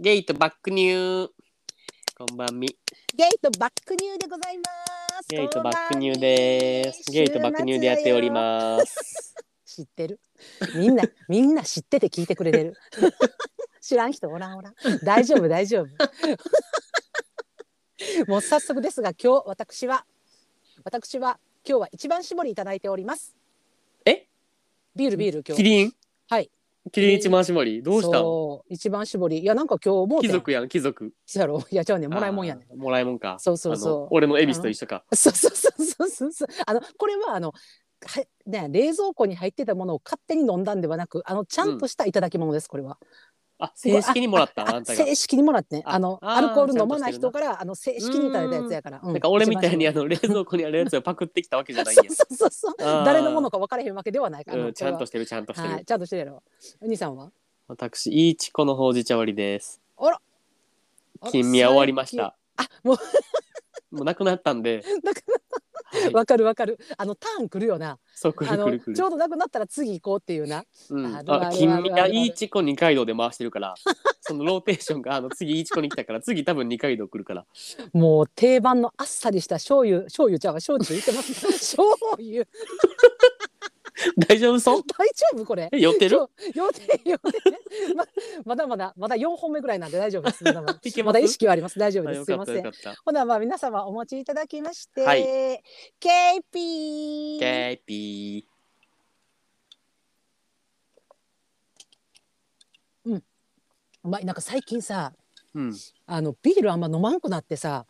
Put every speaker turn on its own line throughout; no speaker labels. ゲイとバックニュー。こんばんみ。
ゲイとバックニューでございます。
ゲイとバックニューです。ゲイとバックニューでやっております。
す。知ってる。みんな、みんな知ってて聞いてくれてる。 知らん人おらんおらん。大丈夫、大 丈夫。もう早速ですが、今日私は。私は、今日は一番絞りいただいております。
え。
ビール、ビール、今
キ
日。
リン
はい。
キリン一回しもり。どうしたの
そう一番絞り、いや、なんか今日もうて
貴
ん。
族やん、貴族。
そうやろいや、じゃあね、もらいもんやねん。
あー。もらいもんか。
そうそうそう
あの俺の恵比寿と一緒か。
そうそうそうそうそうそう。あのこれはあのはね冷蔵庫に入ってたものを勝手に飲んだんではなく、あのちゃんとしたいただき物です。これは
あ、正式にもらったんあ
あ
んたが。
正式にもらってね。
あ
あの
あー
アルコール飲まない人からあの正式にいただいたやつやから。う
なんか俺みたいにあ
の。
の冷蔵庫にあるやつをパクってきたわけじゃないん
そ
や
う。そうそうそう。
あー
誰のものか分からへんわけではないから。あの
うん、ちゃんと
こ
してる、ちゃんとして
れは
る。
はい、ちゃんとしてるやろ。お兄さんは。
私、いいちこのほうじ茶割りです。
あら
金宮終わりまし。た。
最近あも
もうなくなったんで。
う なく
はい
なわかるわかる。あのターン来るよな。
そう、く
あ
る
の
くるく
ち
る
ょ。うどなくなったら次行こうっていうな。
うん、あ
あるあるあるある
金宮いいチコ二階堂で回してるから そのローテーションがあの次いいチコに来たから次多分二階堂来るから
もう定番のあっさりした醤油醤油ちゃうわ焼酎言ってます ね醤油
大丈夫そう
大丈夫これ
え寄ってる
予定予定ままだまだまだ四本目ぐらいなんで大丈夫ですま だまだ
いけます
まだ意識はあります大丈夫
あ
です
よ
す
かったよ
いません
かった
ほなまあ皆様お持ちいただきまして、
はい
KP
ケーピ
お前なんか最近さ
ーうん
あのビールあんま飲まんくなってさ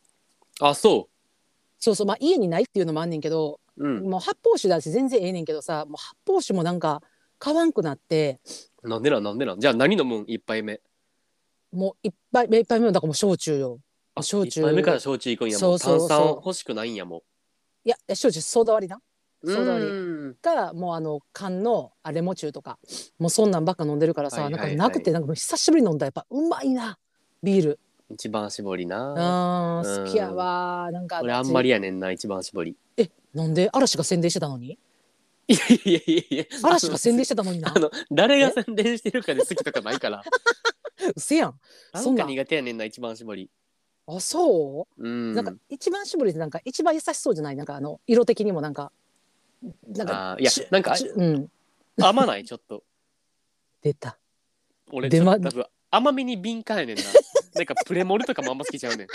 あそ
そうそうまあ家にないっていうのもあんねんけど、
ううん
もう発泡酒だし全然ええねんけどさもう発泡酒もなんか買わんくなって
なんでなんなんでなんじゃあ何飲むん一杯目
もう一杯目一杯目のだからもう焼酎よ。
あ
焼酎
一杯目から焼酎行くんやもう
そうそうそう
炭酸欲しくないんやも
いやいや焼酎ソーダ割りな
う
そうだね
ーん
がもうあの缶のあレモチューとかもうそんなんばっか飲んでるからさ、
はいはいはい
なんかなくてなんかもう久しぶりに飲んだやっぱうまいなビール
一番絞りな
あ
うん
ー好きやわなんか
俺あんまりやねんな一番絞り
えなんで嵐が宣伝してたのに
いやいやいやいや
嵐が宣伝してたのにな
あの誰が宣伝してるかで好きとかないから
うせやん
な
そ
ん
ん
か
なん
苦手やねんな一番絞り
あそうう、
ん
なんか一番絞りでなんか一番優しそうじゃないなんかあの色的にもなんかなんか
あーいや
ちゅ
なんか
ちゅうん
甘ないちょっと
出た
俺
出
ちょっ
ま
と多分甘みに敏感やねん ななんかプレモルとかもあんま好きちゃうねん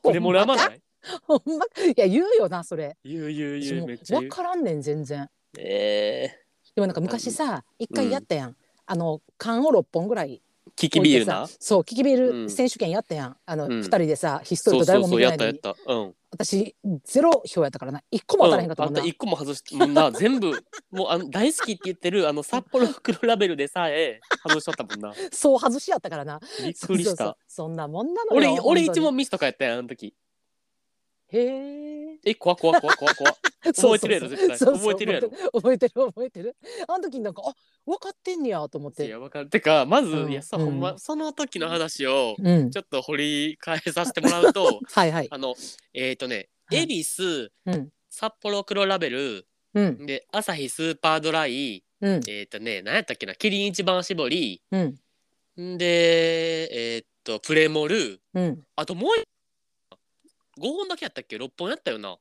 プレモル甘ない
ほんまいや言うよなそれ
言う言う
私
言
も
うめっちゃ
分
言う
からんねん全然
ええ
でもなんか昔さ一回やったやん、あの缶を6本ぐらい
ー、キキ
置い
ビール
てさ
な
そう聞きビ
う
ー
ん
ル選手権やったやん、あの
うん
二人でさひっそり
そう
と
そ
誰
う
も
そう
見て
や
な
っ
い
たやっ
のに
たうん
私ゼロ票やったからな一個も当たらへんかったもん
うんあ
な、
んた一個も外してもうな全部もうあの大好きって言ってるあの札幌黒ラベルでさえ外しちゃったもんな
そう外しやったからな
びっくりした
そうそうそんなもんなのよ
俺俺
本当に
一問ミスとかやったやんあの時
へえ
え怖怖怖 怖怖覚えてるやろ絶対覚えてるやろ
覚えてる覚えてるあの時になんかあ分かってんねやと思っ
い
て
やわかるてかまず、
うん
いやさほんま、
うん
その時の話を
うん
ちょっと掘り返させてもらう と
はいはい
あのえっ、ー、とね
はい
恵比寿
うん
札幌黒ラベル
うん
で朝日スーパードライ
うん
えっ、ー、とね何やったっけなキリン一番搾り
うん
んでえっ、ー、とプレモル
うん
あともう5本だけやったっけ6本やったよな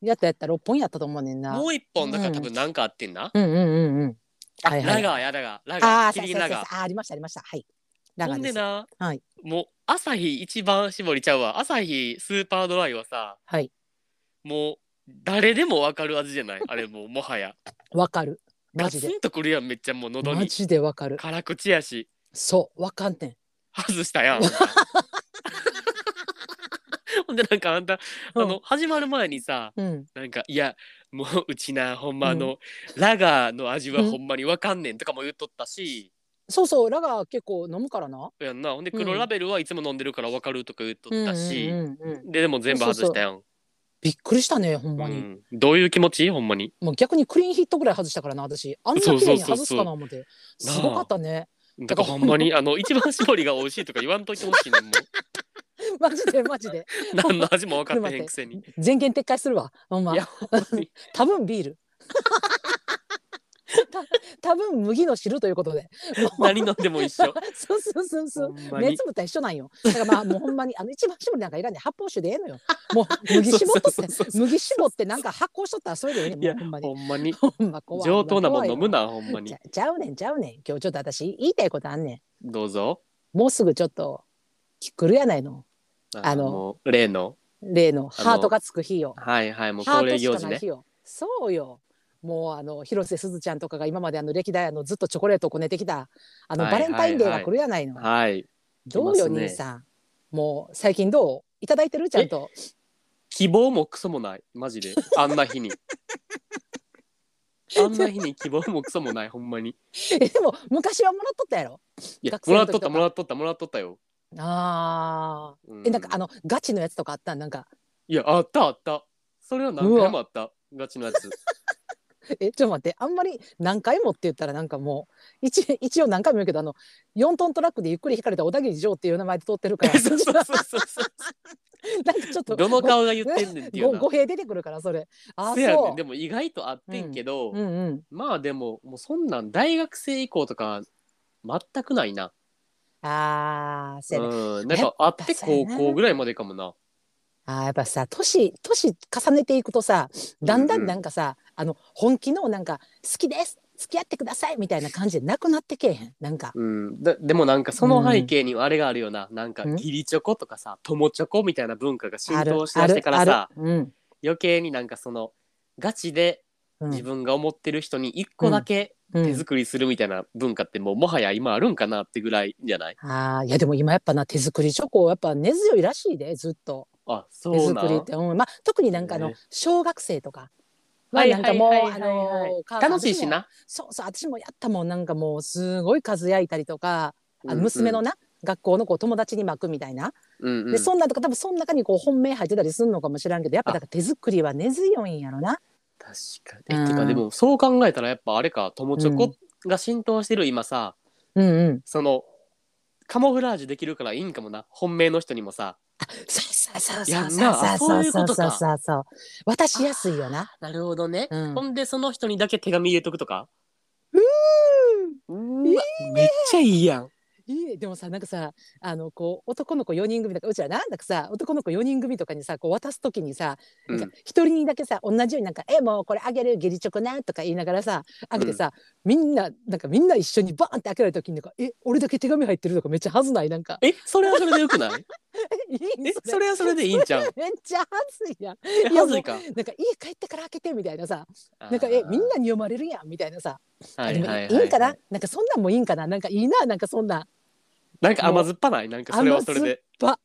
やったやった6本やったと思うねんな
もう1本だから多
う
分なんかあってんな、
うんうんうんうん。
あ
はいはい
ラガーやラガーラ
あ
ガ
あ、
ーキ
そう
リ
そ
ン
うそ
ラ
うそう
ガー
あーありましたありました。はい。ラ
ほ
ガー
ん
で。
ですな、
はい
もう朝日一番搾りちゃうわ朝日スーパードライはさ
はい。
もう誰でもわかる味じゃないあれもうもはや
わかる。 マ
ガ
ジ
ツ
で。
ンとくるやんめっちゃもう喉
マ
に
ジでわかる。
辛口やし
そう、わかんねん。
外した やんほんでなんかあんた、あの始まる前にさ
うん。
なんかいやもううちなほんまあの、ラガーの味はほんまにわかんねんとかも言っとったし、
そうそう、ラガー結構飲むからな。
やんなほんで黒ラベルはいつも飲んでるからわかるとか言っと
う
っ
んう
た
ん
し、
うんうん。
ででも全部外したやん
びっくりしたね、ほんま
う
に。
んどういう気持ちほんまに
もう逆にクリーンヒットぐらい外したからな、私。あんな綺麗に外すかな思って。
そうそうそう
すごかったね。
だからほんまにあの一番搾りが美味しいとか言わんといてほしいねんもう
マジでマジで。
何の味も分かってへんくせに。
全言撤回するわ。ほんま
い。やほんまに
多分ビール。多分麦の汁ということで。
何飲んでも一緒
そうそうそうそ
ほ。
う
んまに
目つぶったら一緒なんよ。だからまあもうほんまにあの一番搾りなんかいらんねん発泡酒でええ のよ。もう麦絞っとっ
そうそうそう
て麦絞ってなんか発酵しとったらそれでええねん
い
もう
や
ほんまに。
ほんまに
ほんま怖い。
上等なもん飲む
な。
なほんま
ち
に
ゃちゃうねんちゃうねん。今日ちょっと私言いたいことあんねん。
どうぞ
もうすぐちょっと来るやないの。
あ
あの
の例の
例のハートがつく日よ。
はいはいもう
ハ
恒
ート
例
し
行
か
事
ない
ね
日よ。そうよ。もうあの広瀬すずちゃんとかが今まであの歴代あのずっとチョコレートをこねてきたあの
はいは
バ
い
レンタインデーが来るやないの。
はい
どう
来ま
よ、
すね
兄さん。もう最近どういただいてるちゃんと。
希望もクソもないマジであんな 日にあんな日に希望もクソもないほんまに
えでも昔はもらっとったやろ。
いや
学生
もら
の
っと
時
った
とか
もらっとったもらっとったよ、
ああ。
う
えなんかあのガチのやつとかあったんなんか
いやあったあったそれは何回もあったガチのやつ
えちょっと待ってあんまり何回もって言ったらなんかもう一一応何回も言うけどあの4トントラックでゆっくり引かれた小田切城っていう名前で通ってるか ら
そうそう そうそうそ
なんかちょっと
うどの顔が言ってんねんっていう
ご
な
語弊出てくるからそれあ
せや
そ
ね
うん
でも意外とあってんけど、
うんうん
まあでももうそんなん大学生以降とか全くないな、
あーせやね
うん、なんかあって高校ぐらいまでかもな
あーやっぱさ年年重ねていくとさだんだんなんかさ、あの本気のなんか好きです付き合ってくださいみたいな感じでなくなってけえへんなんか
うん、だでもなんかその背景にはあれがあるよな、なんか
うん
義理チョコとかさ友チョコみたいな文化が浸
ある
透しだしてからさ
あるあるうん
余計になんかそのガチで
うん
自分が思ってる人に一個だけ手
うん
作りするみたいな文化ってもうもはや今あるんかなってぐらいじゃない
あーいやでも今やっぱな手作りチョコやっぱ根強いらしいでずっと
あ
手
そうな
作りっ
ん
て、うんまあ、特になんかあの
ね
小学生とかは
はい
なんかもう
はいはい
あ
はいはい
のー
楽しいしな、
そうそう私もやったもんなんかもうすごい数焼いたりとかあ
うんう
の
ん
娘のな、学校の子友達に巻くみたいな、
うんうん
でそんなんとか多分その中にこう本命入ってたりするのかもしらんけどやっぱだから手作りは根強いんやろな
確かに、え
うん
てかでもそう考えたらやっぱあれか友チョコが浸透してる今さ、
うんうん
そのカモフラージュできるからいいんかもな本命の人にもさ
そうそうそう
や
そ
ん
う
な
そう
そういうこ
そう
と
そう
か
そうそう渡しやすいよな
なるほどね
うん
ほんでその人にだけ手紙入れとくとかう
いい
わめっちゃいいやん
いいでもさなんかさあのこう男の子4人組とかうちらなんだかさ男の子4人組とかにさこう渡す時にさ
う
なん
ん
か一人にだけさ同じようになんか「えもうこれあげる義理チョコな」とか言いながらさあげてさ、みんななんかみんな一緒にバーンって開けられた時になんか「え俺だけ手紙入ってる」とかめっちゃはずないなんか
えそれはそれでよく ない
えいい
え
ね
それはそれでいいんちゃう
めっちゃはずいやん
え
いや
はずいか
なんか家帰ってから開けてみたいなさなんかえみんなに読まれるやんみたいなさ、
な
あでもいいんかななんかそんなんもいいんかななんかいいななんかそんなん
なんか甘酸っぱないなんかそれはそれで
ば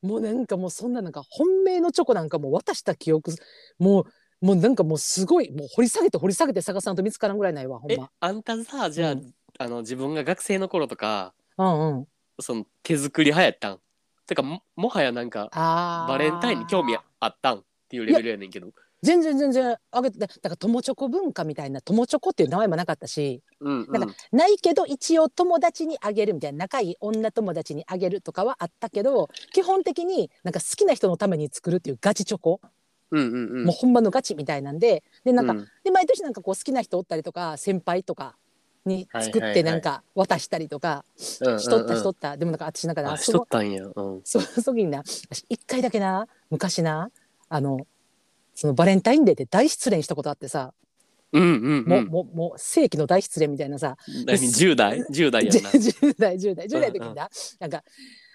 もうなんかもうそんななんか本命のチョコなんかもう渡した記憶もうもうなんかもうすごいもう掘り下げて掘り下げて探さんと見つからんぐらいないわほん
え
ま。
あんたさじゃあ、
うん
あの自分が学生の頃とか
うんうん、
その手作り流行ったんてかももはやなんか
あー
バレンタインに興味あったんっていうレベルやねんけど
全然全然あげてだから友チョコ文化みたいな友チョコっていう名前もなかったし
うんうん
なんないけど一応友達にあげるみたいな仲いい女友達にあげるとかはあったけど基本的になんか好きな人のために作るっていうガチチョコ、
うんうんうん
もうほんまのガチみたいなんででなんか
うん
で毎年なんかこう好きな人おったりとか先輩とかに作
はい
っ
はい
て
はい
なんか渡したりとか
うんうんうん
しとったしとったでもなんか私なんか
あ
な
し
そ
とっ
の
たんやうん
その 時にな私一回だけな昔なあのそのバレンタインデーで大失恋したことあってさ
うんうん
も
う
うんもうもう世紀の大失恋みたいなさ
何10代10代やんな
10代10代10代の時にななんか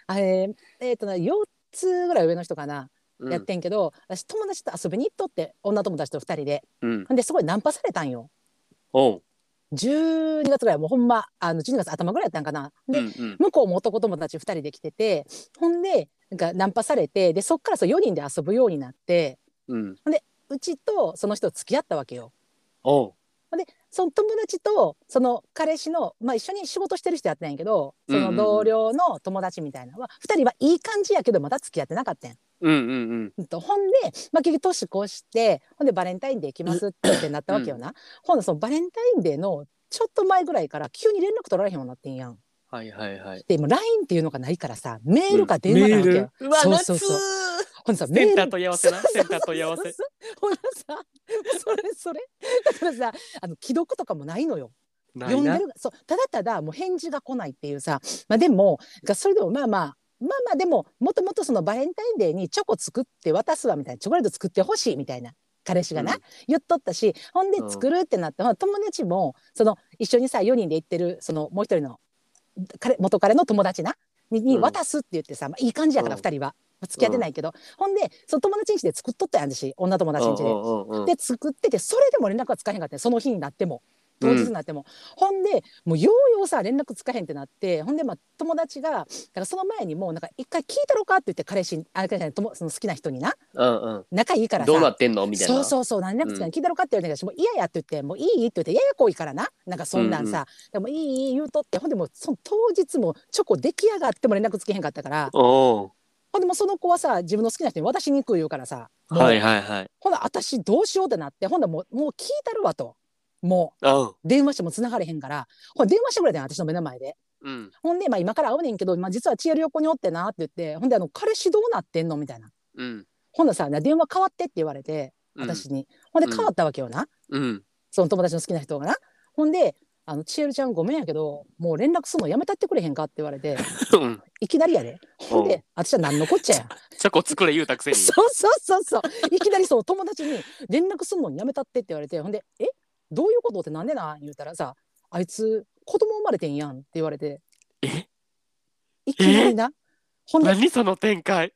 あれえっとな4つぐらい上の人かな
うん
やってんけど私友達と遊びに行っとって女友達と2人で
うん
ほんですごいナンパされたんよ。
おう
12月ぐらいもうほんまあの12月頭ぐらいやったんかな
うん
で、
うん
向こうも男友達2人で来ててほんでなんかナンパされてでそっからそう4人で遊ぶようになって
うん
うちとその人付き合ったわけよ。
おう
その友達とその彼氏の、まあ、一緒に仕事してる人やったんやけどそ
うんう
の
ん
同僚の友達みたいなのは、2人はいい感じやけどまだ付き合ってなかったんや
うんうんうん
うんとほんで、まあ、結局年越してほんでバレンタインデー行きますってってなったわけよな。ほんでそのバレンタインデーのちょっと前ぐらいから急に連絡取られへんようになってんやん。
はいはいはい
でも LINE っていうのがないからさメールか電話なわけよ。
うわ
そう
夏
そうそうほんでさ
センター
メール
問い合わせなセンター問い合わせ
そうそうそうほらさそれそれだからさあの既読とかもないのよ
ない
読ん
な
でるそうただただもう返事が来ないっていうさまあでもがそれでもまあまあまあまあでももともとそのバレンタインデーにチョコ作って渡すわみたいなチョコレート作ってほしいみたいな彼氏がな、
うん
言っとったしほんで
うん
作るってなって、まあ友達もその一緒にさ4人で行ってるそのもう一人の彼元彼の友達なにに
うん
渡すって言ってさ、まあ、いい感じやから
うん
2人は、まあ付き合ってないけど、ほんでその友達んちで作っとったやん私女友達んちで。
うんうんうんうん
で作っててそれでも連絡がつかへんかったねその日になっても当日になっても、ほんでもうようようさ連絡つかへんってなってほんでまあ友達がだからその前にもうなんか一回聞いたろかって言って彼氏にあ彼氏じゃない友その好きな人にな
うんうん
仲いいからさ
どうなってんのみたいな
そうそうそう何連絡つかへん、聞いたろかって言われたしもう嫌やって言ってもういいって言ってややこいからななんかそんなんさ、でもいいいい言うとってほんでもうその当日もチョコ出来上がっても連絡つけへんかったから
お
ほんでもうその子はさ自分の好きな人に渡しにくい言うからさ
お
もう
はいはいはい
ほな私どうしようってなってほんなもうもう聞いたるわとも
うん
う電話しても繋がれへんからほな電話してくれたん私の目の前で
うん
ほんで、まあ、今から会うねんけど、まあ、実は千恵の横におってなって言ってほんであの彼氏どうなってんのみたいな
うん
ほんなさな電話変わってって言われて
うん
私に、ほんで変わったわけよな、
うん
その友達の好きな人がなほんであの千恵ちゃんごめんやけどもう連絡するのやめたってくれへんかって言われて
うん
いきなりやでほん
お
で私は何のこっちゃや
チョコ作れ言うたくせに
そうそうそうそう。いきなりそう友達に連絡するのにやめたってって言われて、ほんで、え、どういうことってなんでなん言うたらさ、あいつ子供生まれてんやんって言われて、
え
いきなりな。ほんでっ
何その展開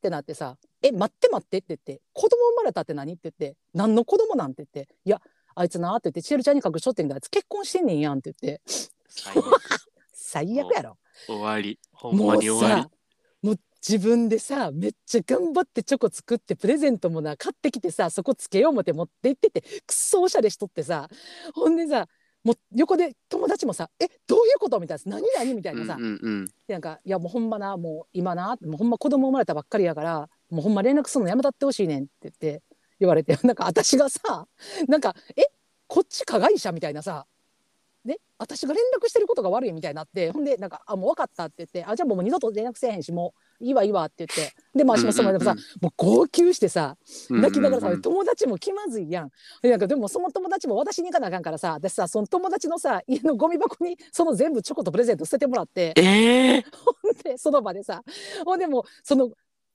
てなってさ、え、待って待ってって言って、子供生まれたって何って言って、何の子供なんて言って、いや、あいつなって言って、チエルちゃんに隠しとってんだ、あいつ結婚してんねんやんって言って、
最悪
最悪やろ。
終わりほん
も
ま
う
に終わ
さ、もう自分でさ、めっちゃ頑張ってチョコ作って、プレゼントもな、買ってきてさ、そこつけよう思って持って行ってて、くっそおしゃれしとってさ、ほんでさ、もう横で友達もさ、え、どういうことみたいな、何何みたい
り
なさ、
うんうん
なんか、いやもうほんまな、もう今な、もうほんま子供生まれたばっかりやから、もうほんま連絡するのやめたってほしいねんって言って、言われて、 なんか私がさ、なんか、え、こっち加害者みたいなさ、で、私が連絡してることが悪いみたいになって、ほんで、なんか、あ、もう分かったって言って、あ、じゃあもう二度と連絡せえへんし、もういいわいいわって言って、で、まあ、私もその間もさ、
うん
もう号泣してさ、
うん
泣きながらさ、
うんうん
友達も気まずいやん。でなんかでもその友達も私に行かなあかんからさ、私さ、その友達のさ、家のゴミ箱にその全部チョコとプレゼント捨ててもらって、
ええ
でその場でさほんでもうその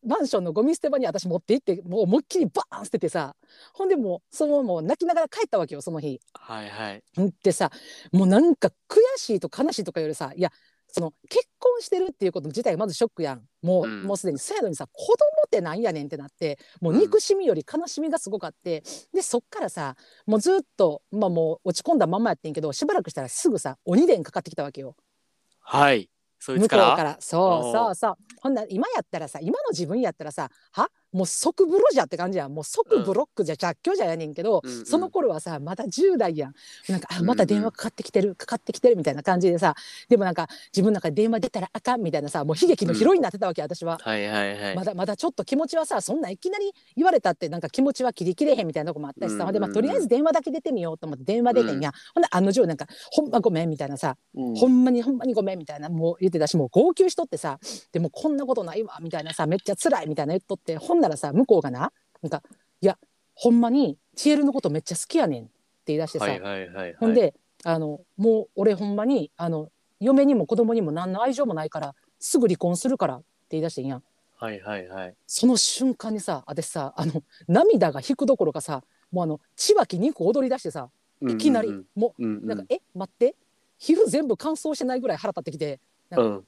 マンションのゴミ捨て場に私持って行ってもう思いっきりバーン捨ててさほんでもうそのままもう泣きながら帰ったわけよその日。
はいはい
でさもうなんか悔しいと悲しいとかよりさいやその結婚してるっていうこと自体がまずショックやんもう,、
うん
もうすでにそやのにさ子供ってなんやねんってなってもう憎しみより悲しみがすごかって、でそっからさもうずっと、まあ、もう落ち込んだまんまやってんけどしばらくしたらすぐさ鬼伝かかってきたわけよ。
はいそい
向こ
つ
う
か
かららそうそうそうほんなら今やったらさ今の自分やったらさはもう即ブロじゃって感じやんもう即ブロックじゃ着去じゃやねんけど、
うんうん
その頃はさまだ10代やんなんか
うん
あ
うん
また電話かかってきてるかかってきてるみたいな感じでさでもなんか自分なんか電話出たらあかんみたいなさもう悲劇のヒロインになってたわけ、私は。
はいはいはい
まだまだちょっと気持ちはさそんないきなり言われたってなんか気持ちは切りきれへんみたいなとこもあったしさ、
うんうんうん
でまあ、とりあえず電話だけ出てみようと思って電話出てんや、ほんなら案の定なんか「ほんまごめん」みたいなさ
うん
ほんまにほんまにごめんみたいなもう言ってたしもう号泣しとってさでもこんなことないわみたいなさめっちゃ辛いみたいな言っとってほんならさ向こうがななんか「いやほんまにチエルのことめっちゃ好きやねん」って言い出してさ、
はいはいはいはい
ほんであのもう俺ほんまにあの嫁にも子供にも何の愛情もないからすぐ離婚するからって言い出してんやん
はいはいはい
その瞬間にさ私さあの涙が引くどころかさもうあの血湧き肉踊り出してさいきなり、
うん
も
うん
う
う
なん
ん
か「え待って昼全部乾燥してないぐらい腹立ってきて。なんか
うん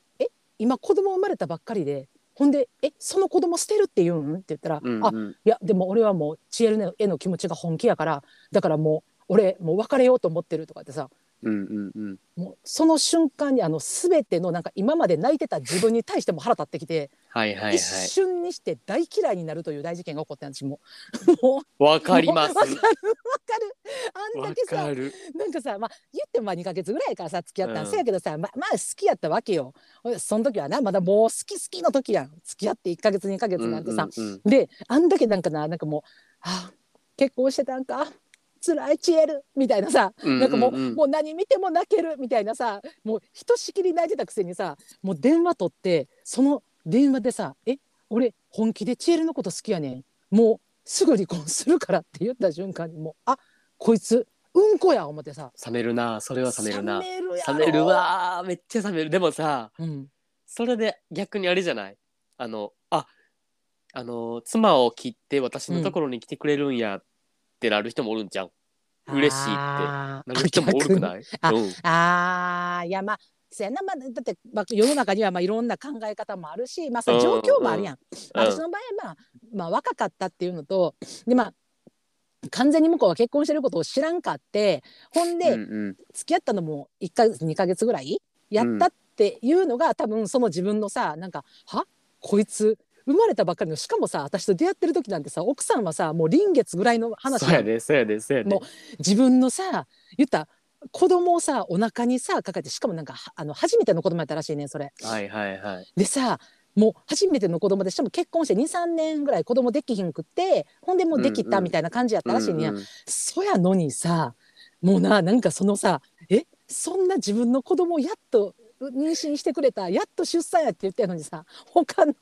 今子供生まれたばっかりでほんで「えその子供捨てるって言うん?」って言ったら「
うん
あい
うん
やでも俺はもう知恵への気持ちが本気やからだからもう俺もう別れようと思ってる」とかってさ
うんうんうん
もうその瞬間にあの全てのなんか今まで泣いてた自分に対しても腹立ってきて、
はいはいはい
一瞬にして大嫌いになるという大事件が起こってん私もうもう
わかります
わかるわかるあん
わ
だけさ
かる
なんかさ、まあ、言ってもまあ2ヶ月ぐらいやからさ付き合ったん、
うん
せやけどさままあ好きやったわけよほいでその時はなまだもう好き好きの時やん付き合って1ヶ月2ヶ月なんてさ、
うんうんうん
であんだけなんかななんかもう「あ結婚してたんか辛いチエル」みたいなさ
うんうんうん
なんかもう,、もう何見ても泣けるみたいなさもうひとしきり泣いてたくせにさもう電話取ってその電話でさ「え俺本気でチエルのこと好きやねんもうすぐ離婚するからって言った瞬間にもうあこいつうんこや思ってさ
冷めるなそれは冷めるな
冷めるやろ
冷めるわーめっちゃ冷めるでもさ
うん
それで逆にあれじゃないあのああの妻を切って私のところに来てくれるんやってなる人もおるんじゃん、嬉しいって
あー
なる人もおるくない
あ
うん、
あーいやまあそうやな、まあ、だって、まあ、世の中にはまあいろんな考え方もあるし、まあ、さ状況もあるやん。まあ私の場合は、まあ、まあ若かったっていうのとでまあ完全に向こうは結婚してることを知らんかってほん
う
で
んうん
付き合ったのも1か月2か月ぐらいやったっていうのが、多分その自分のさなんかはこいつ生まれたばっかりのしかもさ私と出会ってる時なんてさ奥さんはさもう臨月ぐらいの話
そうやでそうやでそうやで
も自分のさ言ったら子供をさお腹にさ抱えてしかもなんかはあの初めての子供やったらしいねんそれ。
はいはいはい
でさもう初めての子供でしかも結婚して23年ぐらい子供できひんくってほんでもうでき
うんう
た
ん
みたいな感じやったらしいね、
うんうん
そやのにさもうななんかそのさえそんな自分の子供をやっと妊娠してくれたやっと出産やって言ってんのにさ他の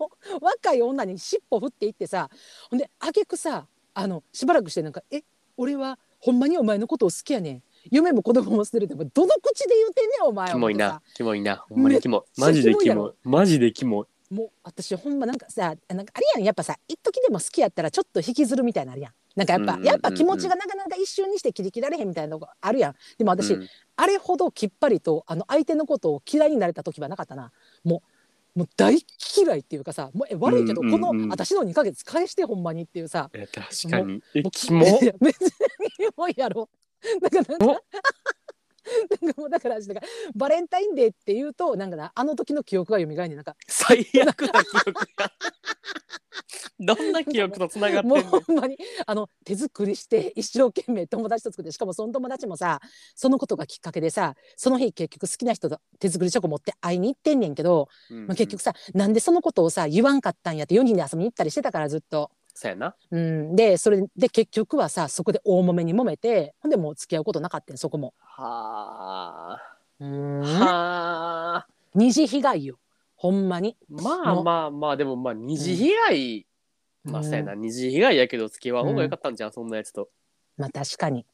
若い女に尻尾振っていってさほんであげくさあのしばらくしてなんか「え俺はほんまにお前のことを好きやねん夢も子供も捨てる」ってどの口で言うてんねんお前
キモい
思ってさ
なキモいなほんまにキモい
め
マ
っちゃ
ジで
キ
キ
モい
モいマジでキモい
もう私ほんまなんかさなんかあれやんやっぱさ一時でも好きやったらちょっと引きずるみたいなのあるやんなんかやっぱ、
うんうんうんうん
やっぱ気持ちがなかなか一瞬にして切り切られへんみたいなとこあるやんでも私、
うん
あれほどきっぱりとあの相手のことを嫌いになれた時はなかったなもうもう大嫌いっていうかさもうえ悪いけど、
うんうんうん
この私の2ヶ月返してほんまにっていうさ
え確かにえ
もう
キモ
いや別にキモいやろだからなん
お
かなんかもうだからなんかバレンタインデーっていうとなんかなあの時の記憶が蘇みがえんねんなんか
最悪な記憶がどんな記憶とつながってん
もう
の
ほんまにあの手作りして一生懸命友達と作ってしかもその友達もさそのことがきっかけでさその日結局好きな人と手作りチョコ持って会いに行ってんねんけど、
うん
まあ、結局さなんでそのことをさ言わんかったんやって4人で遊びに行ったりしてたからずっと。
そうやな
うん、でそれで結局はさそこで大揉めに揉めてほんでもう付き合うことなかったんそこも。
はあ
うん
はあ
二次被害よほんまに。
まあまあまあでもまあ二次被害、まあそうやな
うん
二次被害やけど付き合わん方がよかったんじゃん、そんなやつと
まあ確かに。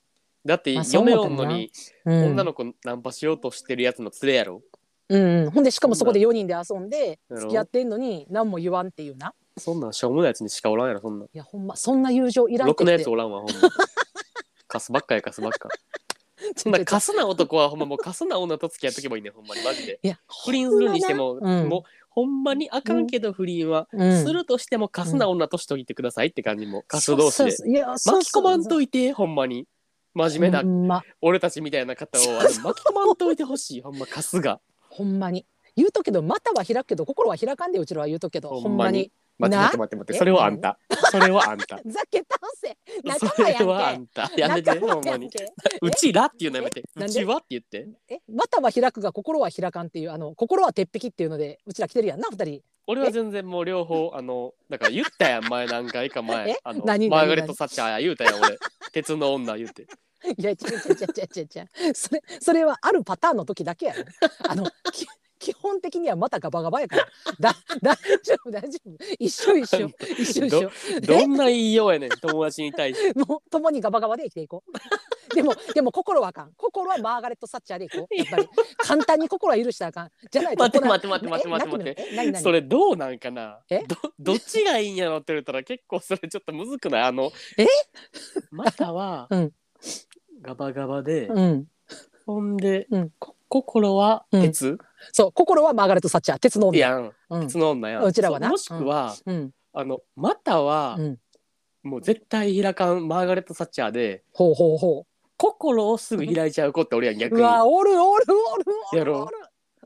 だって
まあそう思
嫁
う
お
けど
ん
な
のに
うん、
女の子ナンパしようとしてるやつの連れやろ、
うんうん、ほんでしかもそこで4人で遊んで
やろ
付き合ってんのに何も言わんっていうな。
そんなんしょうもないやつにしかおらんやろそんなん
いやほんまそんな友情いらん
ろ
って
く
っ
な
て
やつおらんわほん まカスばっかやカスばっかそんなカスな男はほんまもうカスな女と付き合っとけばいいねんほんまにマジで
いや
不倫するにしても、
ほんまなうん
もうほんまにあかんけど不倫は、
うん
するとしてもカスな女としといてくださいって感じも、カス同士で
そうそういやそう
巻き
そ
込
う
まんといてほんまに真面目な、
ほんま
俺たちみたいな方をあの
そうそう
巻き込まんといてほしいほんまカスが
ほんまに言うとけどまたは開くけど心は開かんでうちらは言うとけど
ほん
ほ
まに
んまに
待って待って
な
待って待って
え
それはあんたそれはあんた
ざけ倒せ仲
そ
間
れはあ
やん
んた
け
やめて
仲間
ほんま
やん
に
け
うちらっていうのやめて
えな
うん
で
ちはって言って
えまたは開くが心は開かんっていうあの心は鉄壁っていうのでうちら来てるやんな二人
俺は全然もう両方あのだから言ったやん前何回か前
え
あのマ
何
ーガレット・サッチャーや言うたやん 俺鉄の女言うて
いや違う違う違う違う違う違うそれそれはあるパターンの時だけやろあの き基本的にはまたガバガバやから だ大丈夫大丈夫一緒 一緒一緒一緒
どんな言いようやねん友達に対して
もう共にガバガバで生きていこう。でもでも心はあかん。心はマーガレット・サッチャーでいこう。やっぱり簡単に心は許したらあかん。じゃないと
待って
怒ら
待って待って待って待って待って
え何何
それどうなんかな
え
どどっちがいいんやろって言ったら結構それちょっとむずくないあの
え
または、
うん
ガバガバで、
うん。
ほんで、
うん
こ心は鉄、
そう心はマーガレット・サッチャー鉄の
い
女。
やん
うん
鉄の女やん
うちらはな
そうもしくは、
うん
あのまたは、
うん。
もう絶対開かんマーガレット・サッチャーで
ほうほうほ
心をすぐ開いちゃう子って俺やん
う。
逆
う
に
わおるおるおるお
や
る
ろ
おる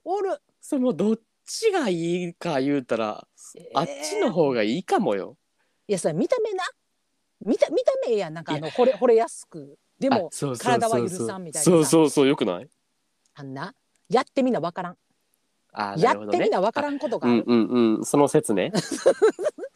おる。
それもうどっちがいいか言うたら、あっちの
えー
方がいいかもよ
いやそれ見た目な見た見た目ええやんなんかあの惚れ惚れやすくで
で
も体は許さんみたいなさ
そうそうそうよくない
あんなやってみなわからん、
あーな
や
るほ
っ
ど
て
ね
みなわからんことが
う
あ
ん
る。
うんうんその説 ね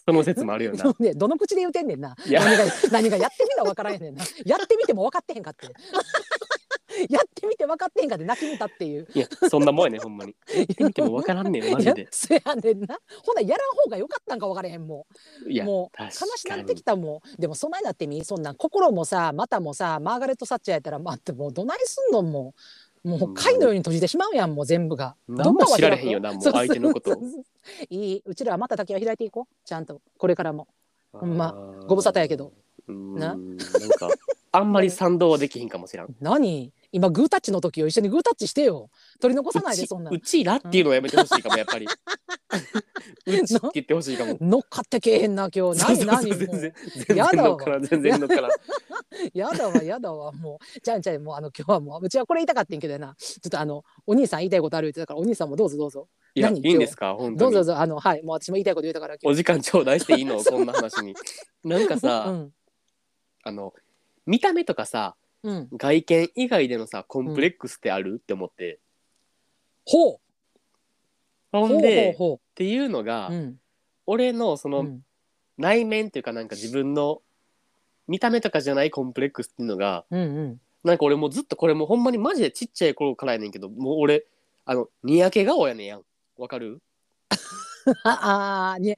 その説もあるよな
ね、どの口で言うてんねんな。
いや
何が何がやってみなわからんやねんな。やってみても分かってへんかって。 やってみて分かってへんかって泣き見たっていう
いやそんなもんやねほんまにやってみても分からんねんマ
い
ジ
や
で
そやねんなほなやらん方がよかったんか分からへんも
いうや
もう
確
悲し
か
な
に
ってきたもんでもそないなってみそんなん心もさまたもさマーガレット・サッチャーやったらまあってもうどないすんのもうもう貝のように閉じてしまうやんもう全部が
何も知られへんよ
どっ
何
か
も
は開
相
く
手のこと
そうそうそういいうちらはまただけは開いていこうちゃんとこれからもほんま
あー
ご無沙汰やけど
うーん
な
なんかあんまり賛同はできへんかもしらん
何今グータッチの時を一緒にグータッチしてよ取り残さな
う
いで
ち
そんなん
うちらっていうのはやめてほしいかもやっぱり うちって言ってほしいかも
乗っかってけえへ んな今日
そう
何
そう
何
そう全
も
然
う
全
や
然
だ
の
わ
っからん全然のっからん
やだわやだわもうじゃんじゃんもうあの今日はもううちはこれ言いたかったんやけどやなちょっとあのお兄さん言いたいことあるってだからお兄さんもどうぞどうぞ
いやい
何
いんですか本
ど
当
うぞどう
に
ぞあのはいもう私も言いたいこと言うたから今
お
日
時間頂戴していいのこんな話になんかさ、
うん
あの見た目とかさ
うん
外見以外でのさコンプレックスってあるって思って
ほう
ほ
ほうん
でっ
ほ
ていうの
う
が、
ほううん
俺のそうの、
ん
内面っていうかなんか自分の見た目とかじゃないコンプレックスっていうのが
うんうん
なんか俺もうずっとこれもうほんまにマジでちっちゃい頃からやねんけどもう俺あのにやけ顔やねんやんわかる
ああーにあ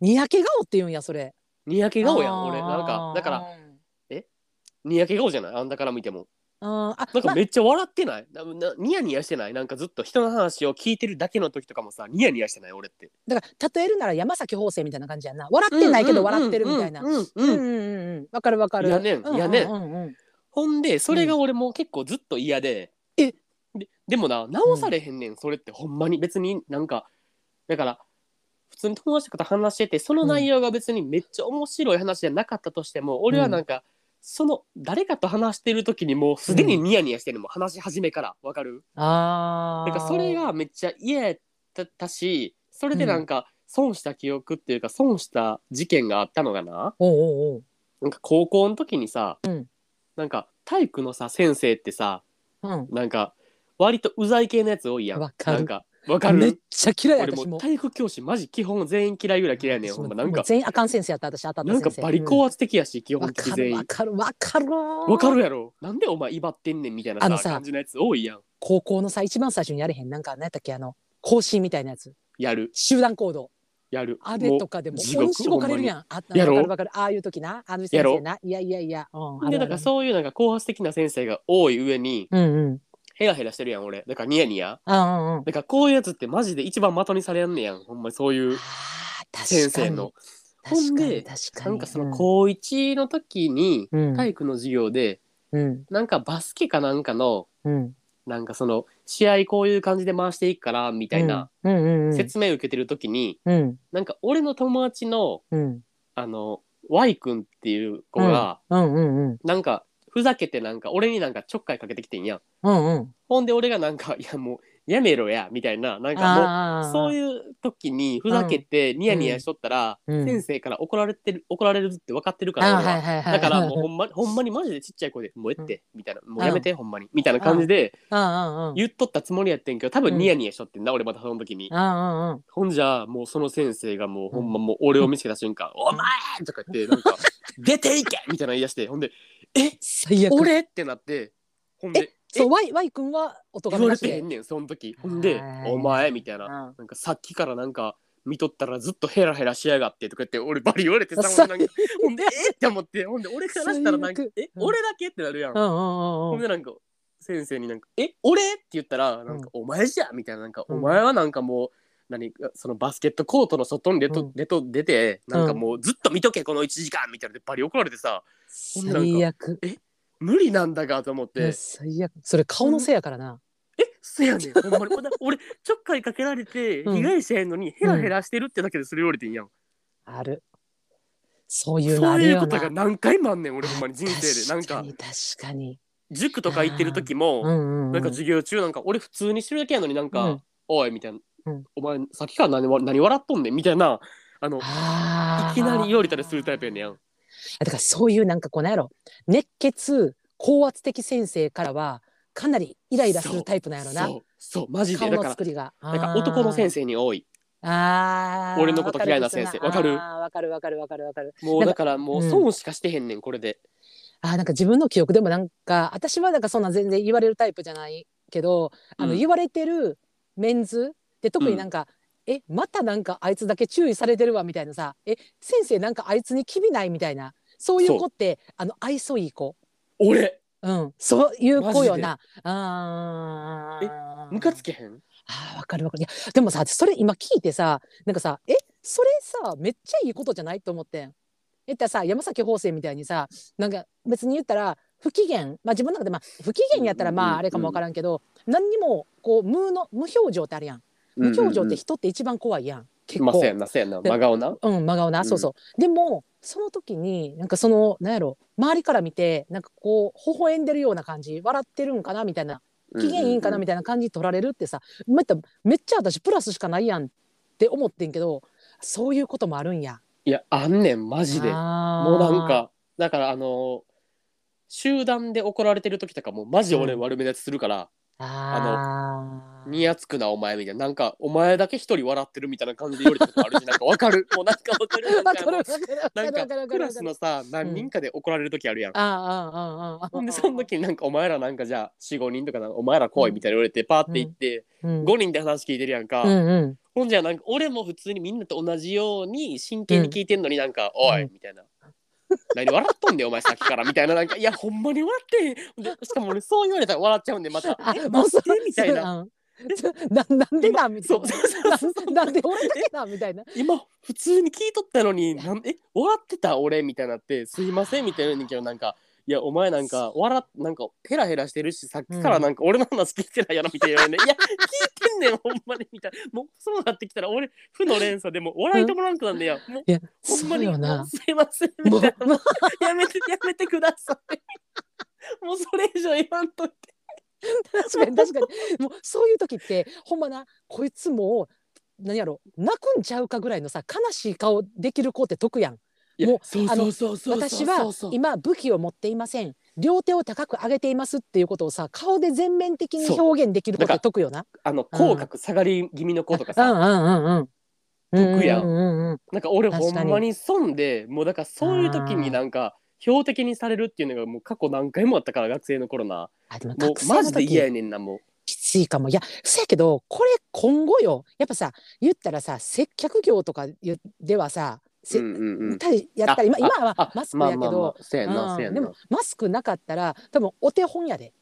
にやけ顔って言うんやそれ
にやけ顔や
あ
ん
ー
俺なんかだから
うん
にやけ顔じゃないあんだから見ても
うんあ
なんか
ま
めっちゃ笑ってないななニヤニヤしてないなんかずっと人の話を聞いてるだけの時とかもさニヤニヤしてない俺って
だから例えるなら山崎邦生みたいな感じやんな笑ってないけど笑ってるみたいな
うんうんう
うんん
うんう
うん
ん
うんうんわかるわかる
やねん
うう
やねん
うんうん
ほんでそれが俺もう結構ずっと嫌で、
え
ででもな直されへんねん、それってほんまに別になんかだから普通に友達とかと話しててその内容が別にめっちゃ面白い話じゃなかったとしても、俺はなんかその誰かと話してる時にもうすでにニヤニヤしてるのもう話し始めからわかる、
ああ
なんかそれがめっちゃ嫌やったしそれでなんか損した記憶っていうか損した事件があったのがな、
おうおうおう
なんか高校の時にさ、
うん
なんか体育のさ先生ってさ
うん
なんか割とうざい系のやつ多いやん。
わかる
なんかわかる
めっちゃ嫌い
俺
私
も
も
う体育教師マジ基本全員嫌いぐらい嫌いやねん
私
ほ
も
んまなん
もう
か
全員あかん先生やった私当たった
なん
先生
かバリ高圧的やし、基
うんわ
本
か
的
る
全
わ
員
かるわかる
わかるやろなんでお前威張ってんねんみたいな
あ
さ
のさ
感じのやつ多いやん
高校のさ一番最初にやれへんなんか何やったっけあの更新みたいなやつ
やる
集団行動
やる
あれとかでも
もう地
鬼
獄
しごかれるやんあ
やろ
わかるわかるああいう時なあの先生ないやいやいやうんあ
で
るあ
だ
る
からそういうなんか高圧的な先生が多い上に
うんうん
ヘラヘラしてるやん俺だからニヤニヤ
あうんうん
だからこういうやつってマジで一番的にされやんねやんほんまにそういう
あー
先
確か
生
に
のほん
確か
で
に確か
な
に
んかその高一の時に
うん
体育の授業で
うん
なんかバスケかなんかの
うん
なんかその試合こういう感じで回していくからみたいな
うんうんうん
説明を受けてる時に
うん
なんか俺の友達の
うん
あの Y 君っていう子が
うんうんうん
なんかふざけてなんか俺になんかちょっかいかけてきてんやん
うんうん
ほんで俺がなんか「いやもうやめろや」みたいななんかもうそう
う
いう時にふざけてニヤニヤしとったら
うん
先生から怒られてる怒られるって分かってるから
あー
俺は
はいはいは
だ
い
からもうほんまにほんまにマジでちっちゃい声で「もうええって」みたいな「もうやめてほんまに」みたいな感じで
うんうんうん
言っとったつもりやってんけど多分ニヤニヤしとってんな俺またその時に
うんうん
ほんじゃもうその先生がもうほんまもう俺を見つけた瞬間「お前!」とか言ってなん か「出ていけ!」みたいな言い出してほんで「え
最悪
俺!」ってなってほんで「
そう
え
Y, y 君は音が
言われてへんねんその時ほんで
は
「
い
お前!」みたいな
うん
なんかさっきからなんか見とったらずっとヘラヘラしやがってとか言って俺バリ言われてさ
さ
ほんでなんか ほんでえって思ってほんで俺からしたらなんか
最悪
え
うん
俺だけってなるやん、
うんうん
ほ
うんんうん
でなんか先生になんかえ俺って言ったらなんかお前じゃみたいななんかお前はなんかもう何そのバスケットコートの外に出と、
うん
出と出てなんかもうずっと見とけこの1時間みたいなでバリ怒られてさほんでなんか
最悪
無理なんだがと思って、
いや最悪それ顔のせいやからな、
えそやねんほんまにほんで俺ちょっかいかけられて
うん
被害者やのにヘラヘラしてるってだけでそれ言われてんやん
あるそういうの
そ
あ
う
る
いう
よ
こ
な
とが何回もあんねん俺ほんまに人生でなん
確か
か
に確かに
塾とか行ってる時
う
も
んうん、うん、
なんか授業中なんか俺普通にしてるだけやのになんか、
うん
おいみたいな、
うん
お前さっきから何わ何笑っとんねんみたいなあのい
あー
きなり言われたりするタイプやねんうん
あだからそういうなんかこのやろ熱血高圧的先生からはかなりイライラするタイプなんやろな
そうそうマジで
顔
だ
の
から
作りが
なんか男の先
生
生に多い
あー
俺のこと嫌いな先生わかる
わかるわかるわかるわかる
もう
なんか
だからもう
うん
損しかしてへんねんこれで、
あーなんか自分の記憶でもなんか私はなんかそんな全然言われるタイプじゃないけどあの
うん
言われてるメンズで特になんか、えまたなんかあいつだけ注意されてるわみたいなさえ先生なんかあいつに機微ないみたいなそういう子ってあの愛想いい子、
俺
うん、そういう子よ
マ
な。あー
ムカつけへん
あーわかるわかるいやでもさそれ今聞いてさなんかさえそれさめっちゃいいことじゃないと思ってん。えったらさ山崎邦生みたいにさなんか別に言ったら不機嫌まあ自分の中でまあ不機嫌やったら
うんうん
ま
うん
ああれかもわからんけど、何にもこう無の無表情ってあるやん無表情って人って一番怖いやん、結
まあ
構
せやんなせやんな
で
真顔な
うん真顔な、
うん
そうそうでもその時になんかそのなんやろ周りから見てなんかこう微笑んでるような感じ笑ってるんかなみたいな機嫌いいんかなみたいな感じに取られるってさ、まためっちゃ私プラスしかないやんって思ってんけどそういうこともあるんや
いやあんねんマジでも
も
うなんかだからあの集団で怒られてる時とかもうマジ俺悪目立ちするから
あ
「にやつくなお前」みたいななんかお前だけ一人笑ってるみたいな感じで言われたことあるしなんかわか るもうなんかわかる
わかるわかる
なん
わ
か
かるわか
ク
る
ラ
わか
ス
る
のさ何人かで怒られる時あるやん
ああああああ
ほんでその時になんかお前らなんかじゃあ45人とかなんかお前ら来いみたいな言われてパーって行って
うん
5人で話聞いてるやんか、
うんうん
ほんじゃなんか俺も普通にみんなと同じように真剣に聞いてんのになんか「おい」みたいな「何笑っとんねんお前さっきから」みたいななんか「いやほんまに笑ってへん」でしかも俺そう言われたら笑っちゃうんでまた 「
あ
え
もう
待
そ
って」みたいな
なななんでだみたい
そう
な
そうそうそう
なんなんで俺だけだみたいな
今普通に聞いとったのになんえ笑ってた俺みたいになって「すいません」みたいなのにけどなんか「いやお前なんか笑っなんかヘラヘラしてるしさっきからなんか俺の話聞いてないやろ」みたい なね「いや聞いてんねんほんまに」みたいなもうそうなってきたら俺負の連鎖でもう笑いともらんくなんねやもう
いや
ほんま
そう
に
よな
もうすいませんみ
もう
たいなもうやめてやめてください もうそれ以上言わんといて
確かに確かにもうそういう時ってほんまなこいつもう何やろ泣くんちゃうかぐらいのさ悲しい顔できる子って得やん
いや
もう
そうそうそうそうそう
私は
そう
今武器を持っていません両手を高く上げていますっていうことをさ顔で全面的に表現できる子って得よな
あの口角下がり気味の子とかさ、
うんうんうんうん
得やん
うんうんうん
なんか俺ほ
確か
ん
に
まに損でもうだからそういう時になんか標的にされるっていうのがもう過去何回もあったから学生の頃な
あでも
も
学
う
生
マ
の
ジで嫌
時
やねんなも
きついかもいやそやけどこれ今後よやっぱさ言ったらさ接客業とかゆではさ
う、
せ、
うんうんうん、
たりやったら今今
あ
はマスクやけど、
まあまあまあせやなせ
う
や
ん、
な
でもマスクなかったら多分お手本やで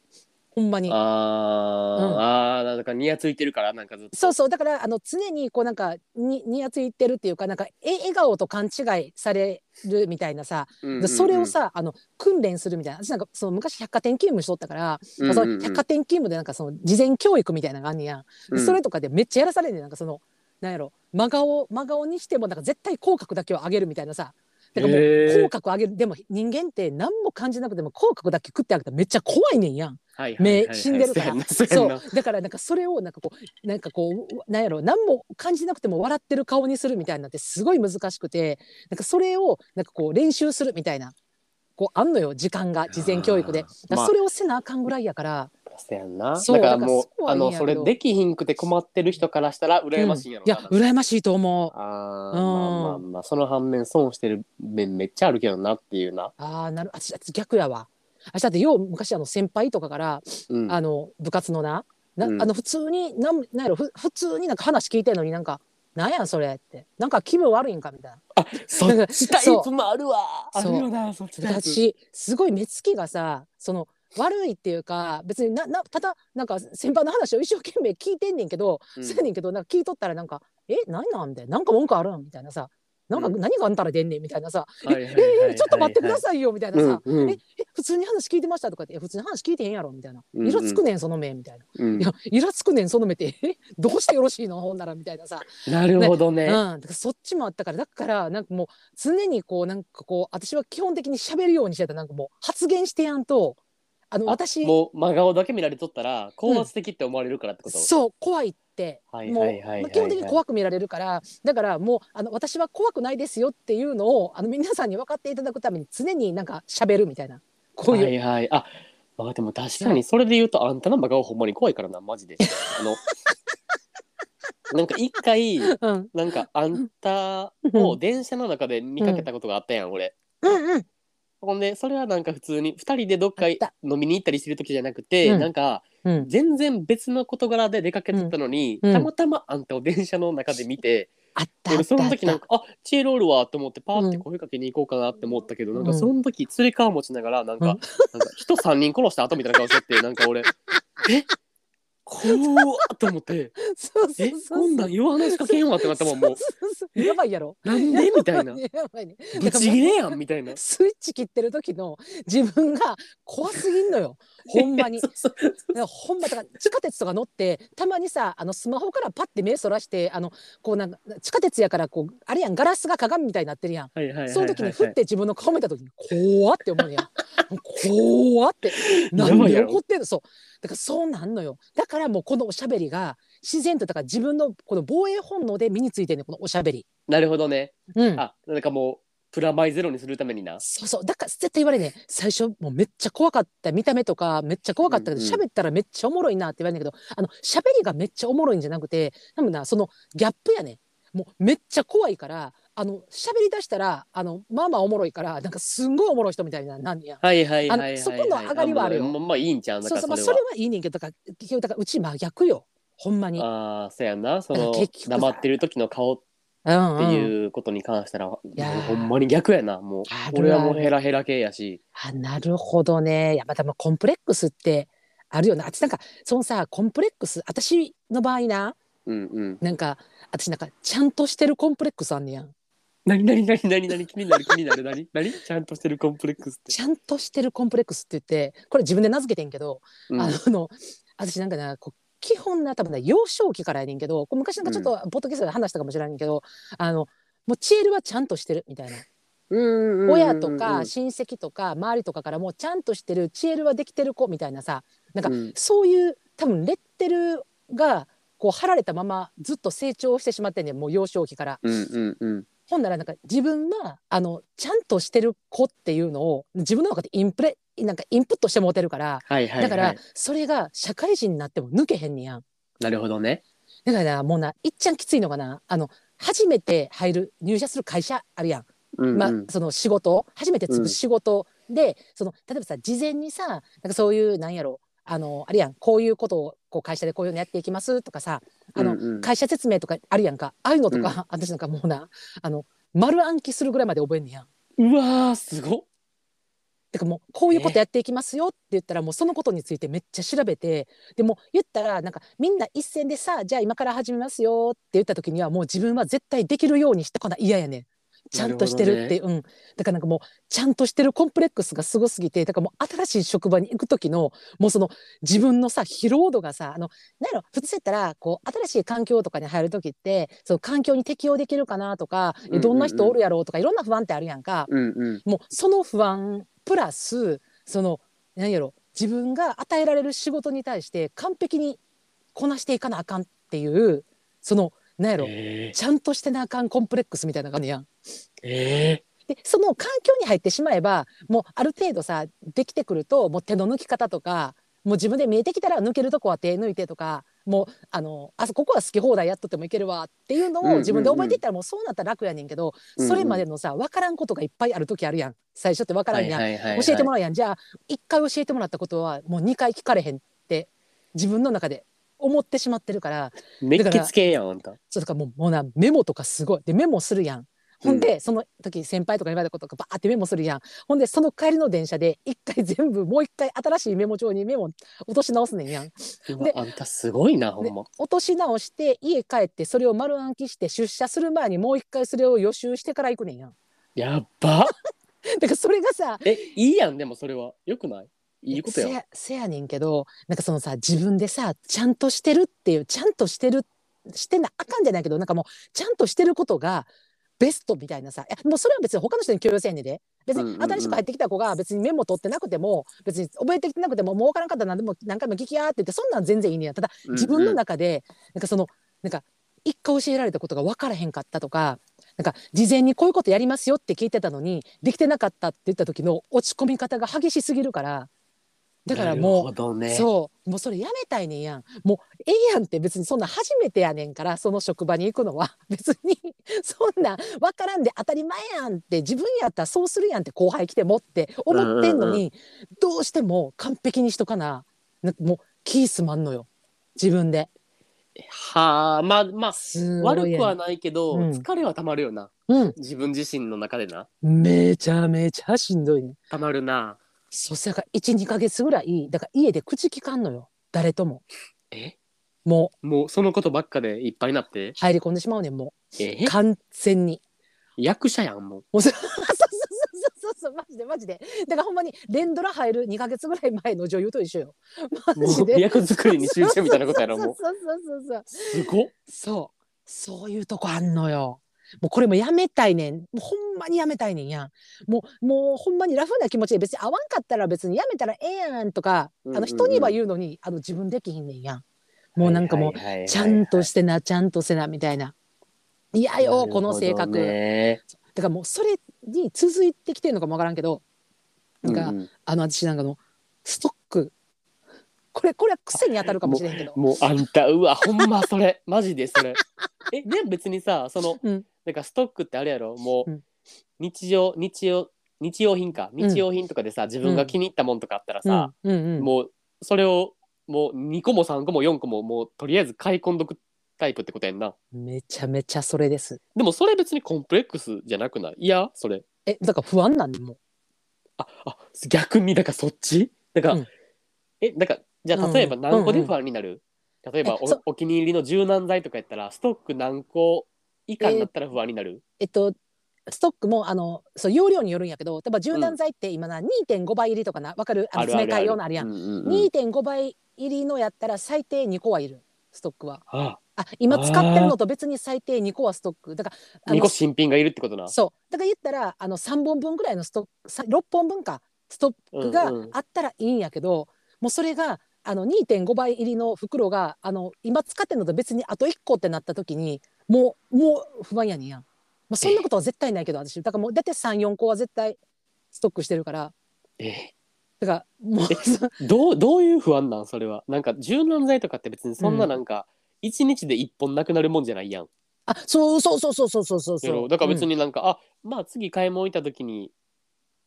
ほんまに
あー、
うん
あーなんかニヤついてるからなんかずっと
そうそうだからあの常にこうなんかににやついてるっていうかなんかえ笑顔と勘違いされるみたいなさ、
うんうんうん、
でそれをさあの訓練するみたいな私なんかその昔百貨店勤務しとったから、
うんうんうん、
その百貨店勤務でなんかその事前教育みたいなのがあんねやん、でそれとかでめっちゃやらされんねんなんかそのなんやろ真顔真顔にしてもなんか絶対口角だけを上げるみたいなさだからもう
へー
口角上げるでも人間って何も感じなくても口角だけ食ってあげたらめっちゃ怖いねんやん。
はいはいはいはい
目死んでるから
せや
そ
んな
うだからなんかそれをなんかこうなんかこうなんやろ何も感じなくても笑ってる顔にするみたいなってすごい難しくてなんかそれをなんかこう練習するみたいなこうあんのよ時間が事前教育
あ
でだ
ー
からそれをせなあかんぐらいやから、
せやんな
そう
だからもう
だからそこは
あ
いいんや
の
けど
それできひんくて困ってる人からしたら羨ましいんやろ
い
な、
や羨ましいと思う
あー
うん
まあまあまあその反面損してる面めっちゃあるけどなっていうな、
あーなるあ私私逆やわ私だってよう昔あの先輩とかから
うん、
あの部活のなな、
うん
あの普通になんなんやろふ普通になんか話聞いてんのになんか「なんやんそれ」ってなんか気分悪いんかみたいな。
そ
なん
っ
か
ちタイプもあるわあ
そ
る
う
よなそっちタイプ
私すごい目つきがさその悪いっていうか別にななただなんか先輩の話を一生懸命聞いてんねんけど、
うん
そうやねんけどなんか聞いとったらなんか「え何なんだよなんか文句あるん?」みたいなさ「なんか
うん
何があんたら出んねん」みたいなさ「
はいはい
え
はいはい
ええちょっと待ってくださいよ」みたいなさ「
うんうん
ええ普通に話聞いてました」とかって「え普通に話聞いてへんやろ」みたいな「
うんうん
イラつくねんその目」みたいな「
うん
いやイラつくねんその目」って「えどうしてよろしいのほんなら」みたいなさ
なるほどね
うん、だからそっちもあったからだからなんかもう常にこうなんかこう私は基本的に喋るようにしてたなんかもう発言してやんとあの
あ
私
もう真顔だけ見られとったら高圧的って思われるからってこと、
そう怖いって
はい
も
は
う
いはいはいはい
まあ基本的に怖く見られるからだからもうあの私は怖くないですよっていうのをあの皆さんに分かっていただくために常になんか喋るみたいなこういう、
はいはいあまあでも確かにそれで言うとあんたの真顔ほんまに怖いからなマジであ のなんか一回
うん
なんかあんたを電車の中で見かけたことがあったやん俺
うんうん
ほんでそれはなんか普通に2人でどっか
あった
飲みに行ったりしてる時じゃなくて、
うん
なんか
うん、
全然別の事柄で出かけてたのに、
うんうん
たまたまあんたを電車の中で見て、
あったあ
俺
った
そ
あ
の
っ
時なん
た
か「あチエロールは」と思ってパーって声かけに行こうかなって思ったけど、なんか
うん
その時連れ革持ちながらなんか,、
うん
なんか人3人殺した後みたいな顔しててなん か俺「え怖っ!」と思って
そう
「
そう
え
そうそう
こんなん言わなしかけんわ」ってなったもんもう
そうそうそうやばいやろ
「なんで?」みたいな「
やばいね
ぶち切れやん」みたいな。
スイッチ切ってる時の自分が怖すぎんの よほんまに
そうそうそう
だからほんまだから地下鉄とか乗ってたまにさあのスマホからパッて目そらしてあのこうなんか地下鉄やからこうあれやんガラスが鏡みたいになってるやん。
はいはいはいはいはい
その時にふって自分の顔見た時に怖って思うやん怖ってな
や
ん
ばいや
で
ろ
怒ってんのそうだからそうなんのよだからもうこのおしゃべりが自然とだから自分のこの防衛本能で身についてんねんこのおしゃべり
なるほどね。
うん
あなんかもうプラマイゼロにするためにな。
そうそうだから絶対言われんねん最初もうめっちゃ怖かった見た目とかめっちゃ怖かったけど
うん
喋、
うん
ったらめっちゃおもろいなって言われるんだけどあの喋りがめっちゃおもろいんじゃなくて多分なそのギャップやねんもうめっちゃ怖いからあの喋り出したらあのまあまあおもろいからなんかすんごいおもろい人みたいにななんねや。
はいはいはいはい、
あの
はい。
そこの上がりはあるよ
ままあいいんちゃうだ
そ
から
うそ
そ
うまあ
れ
そ
は
れ。はいいねんけどだから結局だからうち真逆よほんまに。
ああそうやんなその
だから結局さ
黙ってる時の顔っ
うん
て
うん
いうことに関したら、
やー
ほんまに逆やなもう
ある
俺はもう
ある
ヘラヘラ系やし
あなるほどね。いやまたまあコンプレックスってあるよな。あっちなんかそのさコンプレックス私の場合な
うんうん
なんか私なんかちゃんとしてるコンプレックスあんねやん
何何何何何気になる気になる何 何ちゃんとしてるコンプレックスって、
ちゃんとしてるコンプレックスって言ってこれ自分で名付けてんけど、
うん、
あの私なんかなこう基本な多分な幼少期からやねんけどこう昔なんかちょっとポッドキャストで話したかもしれないけど、あのもうチエルはちゃんとしてるみたいな、
うん
親とか親戚とか周りとかからもうちゃんとしてるチエルはできてる子みたいなさなんか
うん
そういう多分レッテルがこう貼られたままずっと成長してしまってんねんもう幼少期から。
うんうんうん
ほんならなんか自分はあのちゃんとしてる子っていうのを自分の中でインプレなんかインプットして持てるから
はいはい、はい、
だからそれが社会人になっても抜けへんねやん
なるほどね
だからなもうないっちゃんきついのがなあの初めて入る入社する会社あるやん、
うんうん、
まあ、その仕事初めてつく仕事で、その例えばさ事前にさなんかそういうなんやろあのあれやんこういうことをこう会社でこういうのやっていきますとかさあの、
うんうん
会社説明とかあるやんかああいうのとか、 私なんかもうなあの丸暗記するぐらいまで覚えんねやん。
うわーすごっ
てかもうこういうことやっていきますよって言ったらもうそのことについてめっちゃ調べてでも言ったらなんかみんな一斉でさじゃあ今から始めますよって言った時にはもう自分は絶対できるようにしてこない嫌やねん。ちゃんとしてるってうん、だからなんかもうちゃんとしてるコンプレックスがすごすぎてだからもう新しい職場に行く時のもうその自分のさ疲労度がさあのなんやろ普通やったらこう新しい環境とかに入る時ってその環境に適応できるかなとか、
うん
え
うんうん
どんな人おるやろうとかいろんな不安ってあるやんか。
うんうん
もうその不安プラスその何やろ自分が与えられる仕事に対して完璧にこなしていかなあかんっていうその何やろ
えー
ちゃんとしてなあかんコンプレックスみたいな感じやん。
え
でその環境に入ってしまえばもうある程度さできてくるともう手の抜き方とかもう自分で見えてきたら抜けるとこは手抜いてとかもうあのあそここは好き放題やっとってもいけるわっていうの
うんうんう
を
ん
自分で覚えていったらもうそうなったら楽やねんけど、
うんうん
それまでのさ分からんことがいっぱいある時あるやん最初って分
ー、
からんやん、
はいはいはい
教えても
ら
らうやんじゃあ一回教えてもらったことはもう二回聞かれへんって自分の中で思ってしまってるから
う熱
だから
血系やんあんた
そうだからもうもうなメモとかすごいでメモするやんほんで、その時先輩とかに言われたことがバーってメモするやんほんでその帰りの電車で一回全部もう一回新しいメモ帳にメモ落とし直すねんやん
うわ
で
あんたすごいなほんま
落とし直して家帰ってそれを丸暗記して出社する前にもう一回それを予習してから行くねんやん
やっ ば
だからそれがさ
えいいやんでもそれはよくないいいことや
せ
ん
やせやねんけどなんかそのさ自分でさちゃんとしてるっていうちゃんとしてるしてなあかんじゃないけどなんかもうちゃんとしてることがベストみたいなさいやもうそれは別に他の人に強要せんねんで別
うんう
に
んうん
新しく入ってきた子が別にメモ取ってなくても別に覚えてきてなくてももう分からんかったら何でも何回も聞きやーって言ってそんなん全然いいねんやただ自分の中でなんかそのなんか一回教えられたことが分からへんかったとかなんか事前にこういうことやりますよって聞いてたのにできてなかったって言った時の落ち込み方が激しすぎるからだからもう
なるほどね
そうもうそれやめたいねんやんもうええやんって別にそんな初めてやねんからその職場に行くのは 別にそんな分からんで当たり前やんって自分やったらそうするやんって後輩来てもって思ってんのに、
うんうん
どうしても完璧にしとかななんかもう気すまんのよ自分で
はあまあまあ
すごい
悪くは
や
ないけど、
うん
疲れはたまるよな
ね
自分自身の中でな
うんめちゃめちゃしんどいね
たまるな
そうせやから12ヶ月ぐらいだから家で口きかんのよ誰とも
え
も
もうそのことばっかでいっぱいになって
う入り込んでしまうねんも
え
う完全に
役者やんもう
もうそそうそうそうそうそうマジでマジでだからほんまに連ドラ入る2ヶ月ぐらい前の女優と一緒よマ
も
ジ
う
で
役作りに集中みたいなことやろもう
そうそうそうそう
すごっ
そうそういうとこあんのよもうこれもやめたいねんもうほんまにやめたいねんやんもうもうほんまにラフな気持ちで別に合わんかったら別にやめたらええやんとか、
うんうん
あ
うん
の人には言うのにあの自分できひんねんやんもうなんかもう、
はいはいはいはい
ちゃんとしてなちゃんとせなみたいな嫌よこの性格、
なるほどね
だからもうそれに続いてきてるのかもわからんけどなんか、
うんうん
あの私なんかのストックこれこれは癖に当たるかもしれへんけど
もうあんたうわほんまそれ マジでそれえでも別にさその、
うん
なんかストックってあれやろもう、
うん
日常日用日用品か日用品とかでさ、自分が気に入ったもんとかあったらさ、
うんうんうん、
もうそれをもう2個も3個も4個ももうとりあえず買い込んどくタイプってことやんな
めちゃめちゃそれです
でもそれ別にコンプレックスじゃなくないいやそれ
えだから不安なんでもう
ああ逆にだからそっちだから、
うん
えなんかじゃ
う
あ
ん
例えば何個で不安になる、例えば
えそ
おお気に入りの柔軟剤とかやったらストック何個以下になったら不安になる、
えっとストックもあのそう容量によるんやけど例えば柔軟剤って今な、2.5倍入りとかなわかるあの
あるある
詰め替え用のあるやん
うんうんうん
2.5倍入りのやったら最低2個はいるストックは
あ
あ今使ってるのと別に最低2個はストックだからあの
2個新品がいるってことな
そうだから言ったらあの3本分ぐらいのストックさ6本分かストックが
うんうん
あったらいいんやけど、もうそれがあの2.5倍入りの袋があの今使ってるのと別にあと1個ってなった時にもうもう不安やねんやん、まあ、そんなことは絶対ないけど私だからもうだって34個は絶対ストックしてるから
え
だからもうそう
どうどういう不安なんそれはなんか柔軟剤とかって別にそんな
うん
なんか、一1日で1本なくなるもんじゃないやん
あそうそうそうそうそうそうそう
や
そ
ろ
う
だから別
うん
になんか、あまあ次買い物行った時に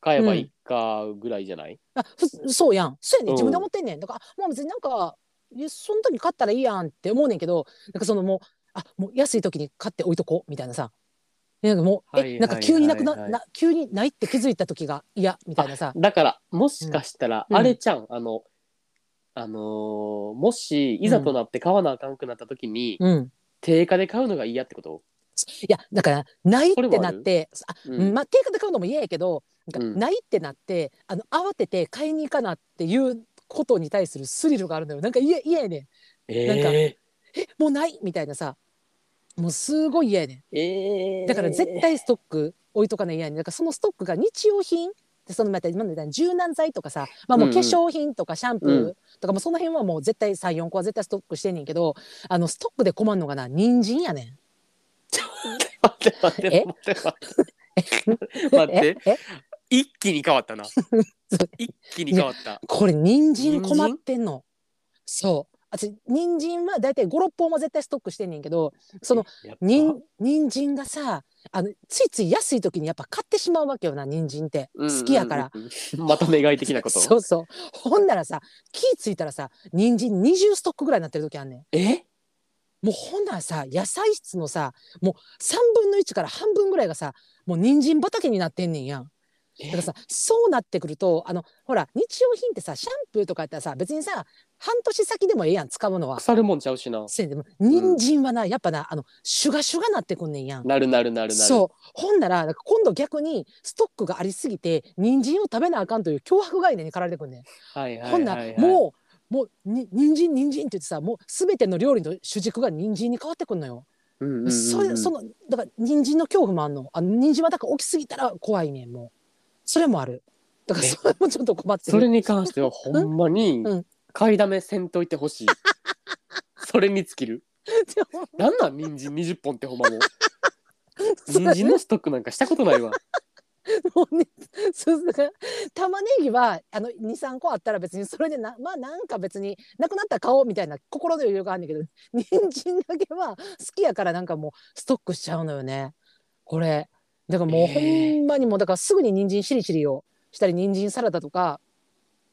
買えばいいかぐらいじゃない、
あふそうやんそうやね
うん
ん自分で思ってんねんだからあもう別になんかいやその時買ったらいいやんって思うねんけどなんかそのもうあもう安い時に買って置いとこうみたいなさなんかもう、
はいはい
えなんか急になくな,、
はいはい
な急にないって気づいた時が嫌みたいなさ
だからもしかしたら
うん
あれちゃん、あのあのーもしいざとなって買わなあかんくなった時に、
うん
定価で買うのが嫌ってこと、
いやだからないっ
それ
て
は
な
あ
っ
る
てあ、
うん
まあ定価で買うのも嫌やけどなんか
うん
ないってなってあの慌てて買いに行かなっていうことに対するスリルがあるのよなんか嫌嫌やねんなんか
え
えもうないみたいなさもうすごい嫌やねん
ー、えー
だから絶対ストック置いとかないやんだからそのストックが日用品でそのまた今みたいに柔軟剤とかさ、まあ、もう
うん
化
うん
粧品とかシャン
う
プーとかもうその辺はもう絶対34個は絶対ストックしてんねんけどあのストックで困るのがな人参やねん。
待って待って
え
待って待って 待って
ええ
一気に変わった な一気に変わった
これ人参困ってんの。そう私人参は大体56本は絶対ストックしてんねんけどその
やっぱ
にん人参がさあのついつい安い時にやっぱ買ってしまうわけよな人参って
うんうんうん
好きやから。
また願い的なこと
そうそうほんならさ気ぃついたらさ人参20ストックぐらいになってる時あんねん
え
もうほんならさ野菜室のさもう3分の1から半分ぐらいがさもう人参畑になってんねんやんだからさそうなってくるとあのほら日用品ってさシャンプーとかやったらさ別にさ半年先でもええやん使うのは
腐るもんちゃうしな
せやでも人参はな、やっぱなあのシュガシュガなってくんねんやん
なるなるなるなる
そうほんならなんか今度逆にストックがありすぎて人参を食べなあかんという脅迫概念に駆られてくんねん
はいはい
ほんな
はいはい
らもうもうに人参人参って言ってさもう全ての料理の主軸が人参に変わってくんのよ。
うんうんうんうん
それそのだから人参の恐怖もあんの。あの人参はだから大きすぎたら怖いねんもう。それもある。だから
え
それもちょっと困 って
それ
る。
に関してはほんまに
うん
買いだめせんといてほ しいそれに尽きるなんなん人参20本ってほんまもう
それ
人参のストックなんかしたことないわ
もうねそうだから玉ねぎはあの23個あったら別にそれでな まあなんか別になくなったら買おうみたいな心の余裕があるんだけど 人参だけは好きやからなんかもうストックしちゃうのよねこれだからもうほ
ええ
んまにもうだからすぐに人参しりしりをしたり人参サラダとか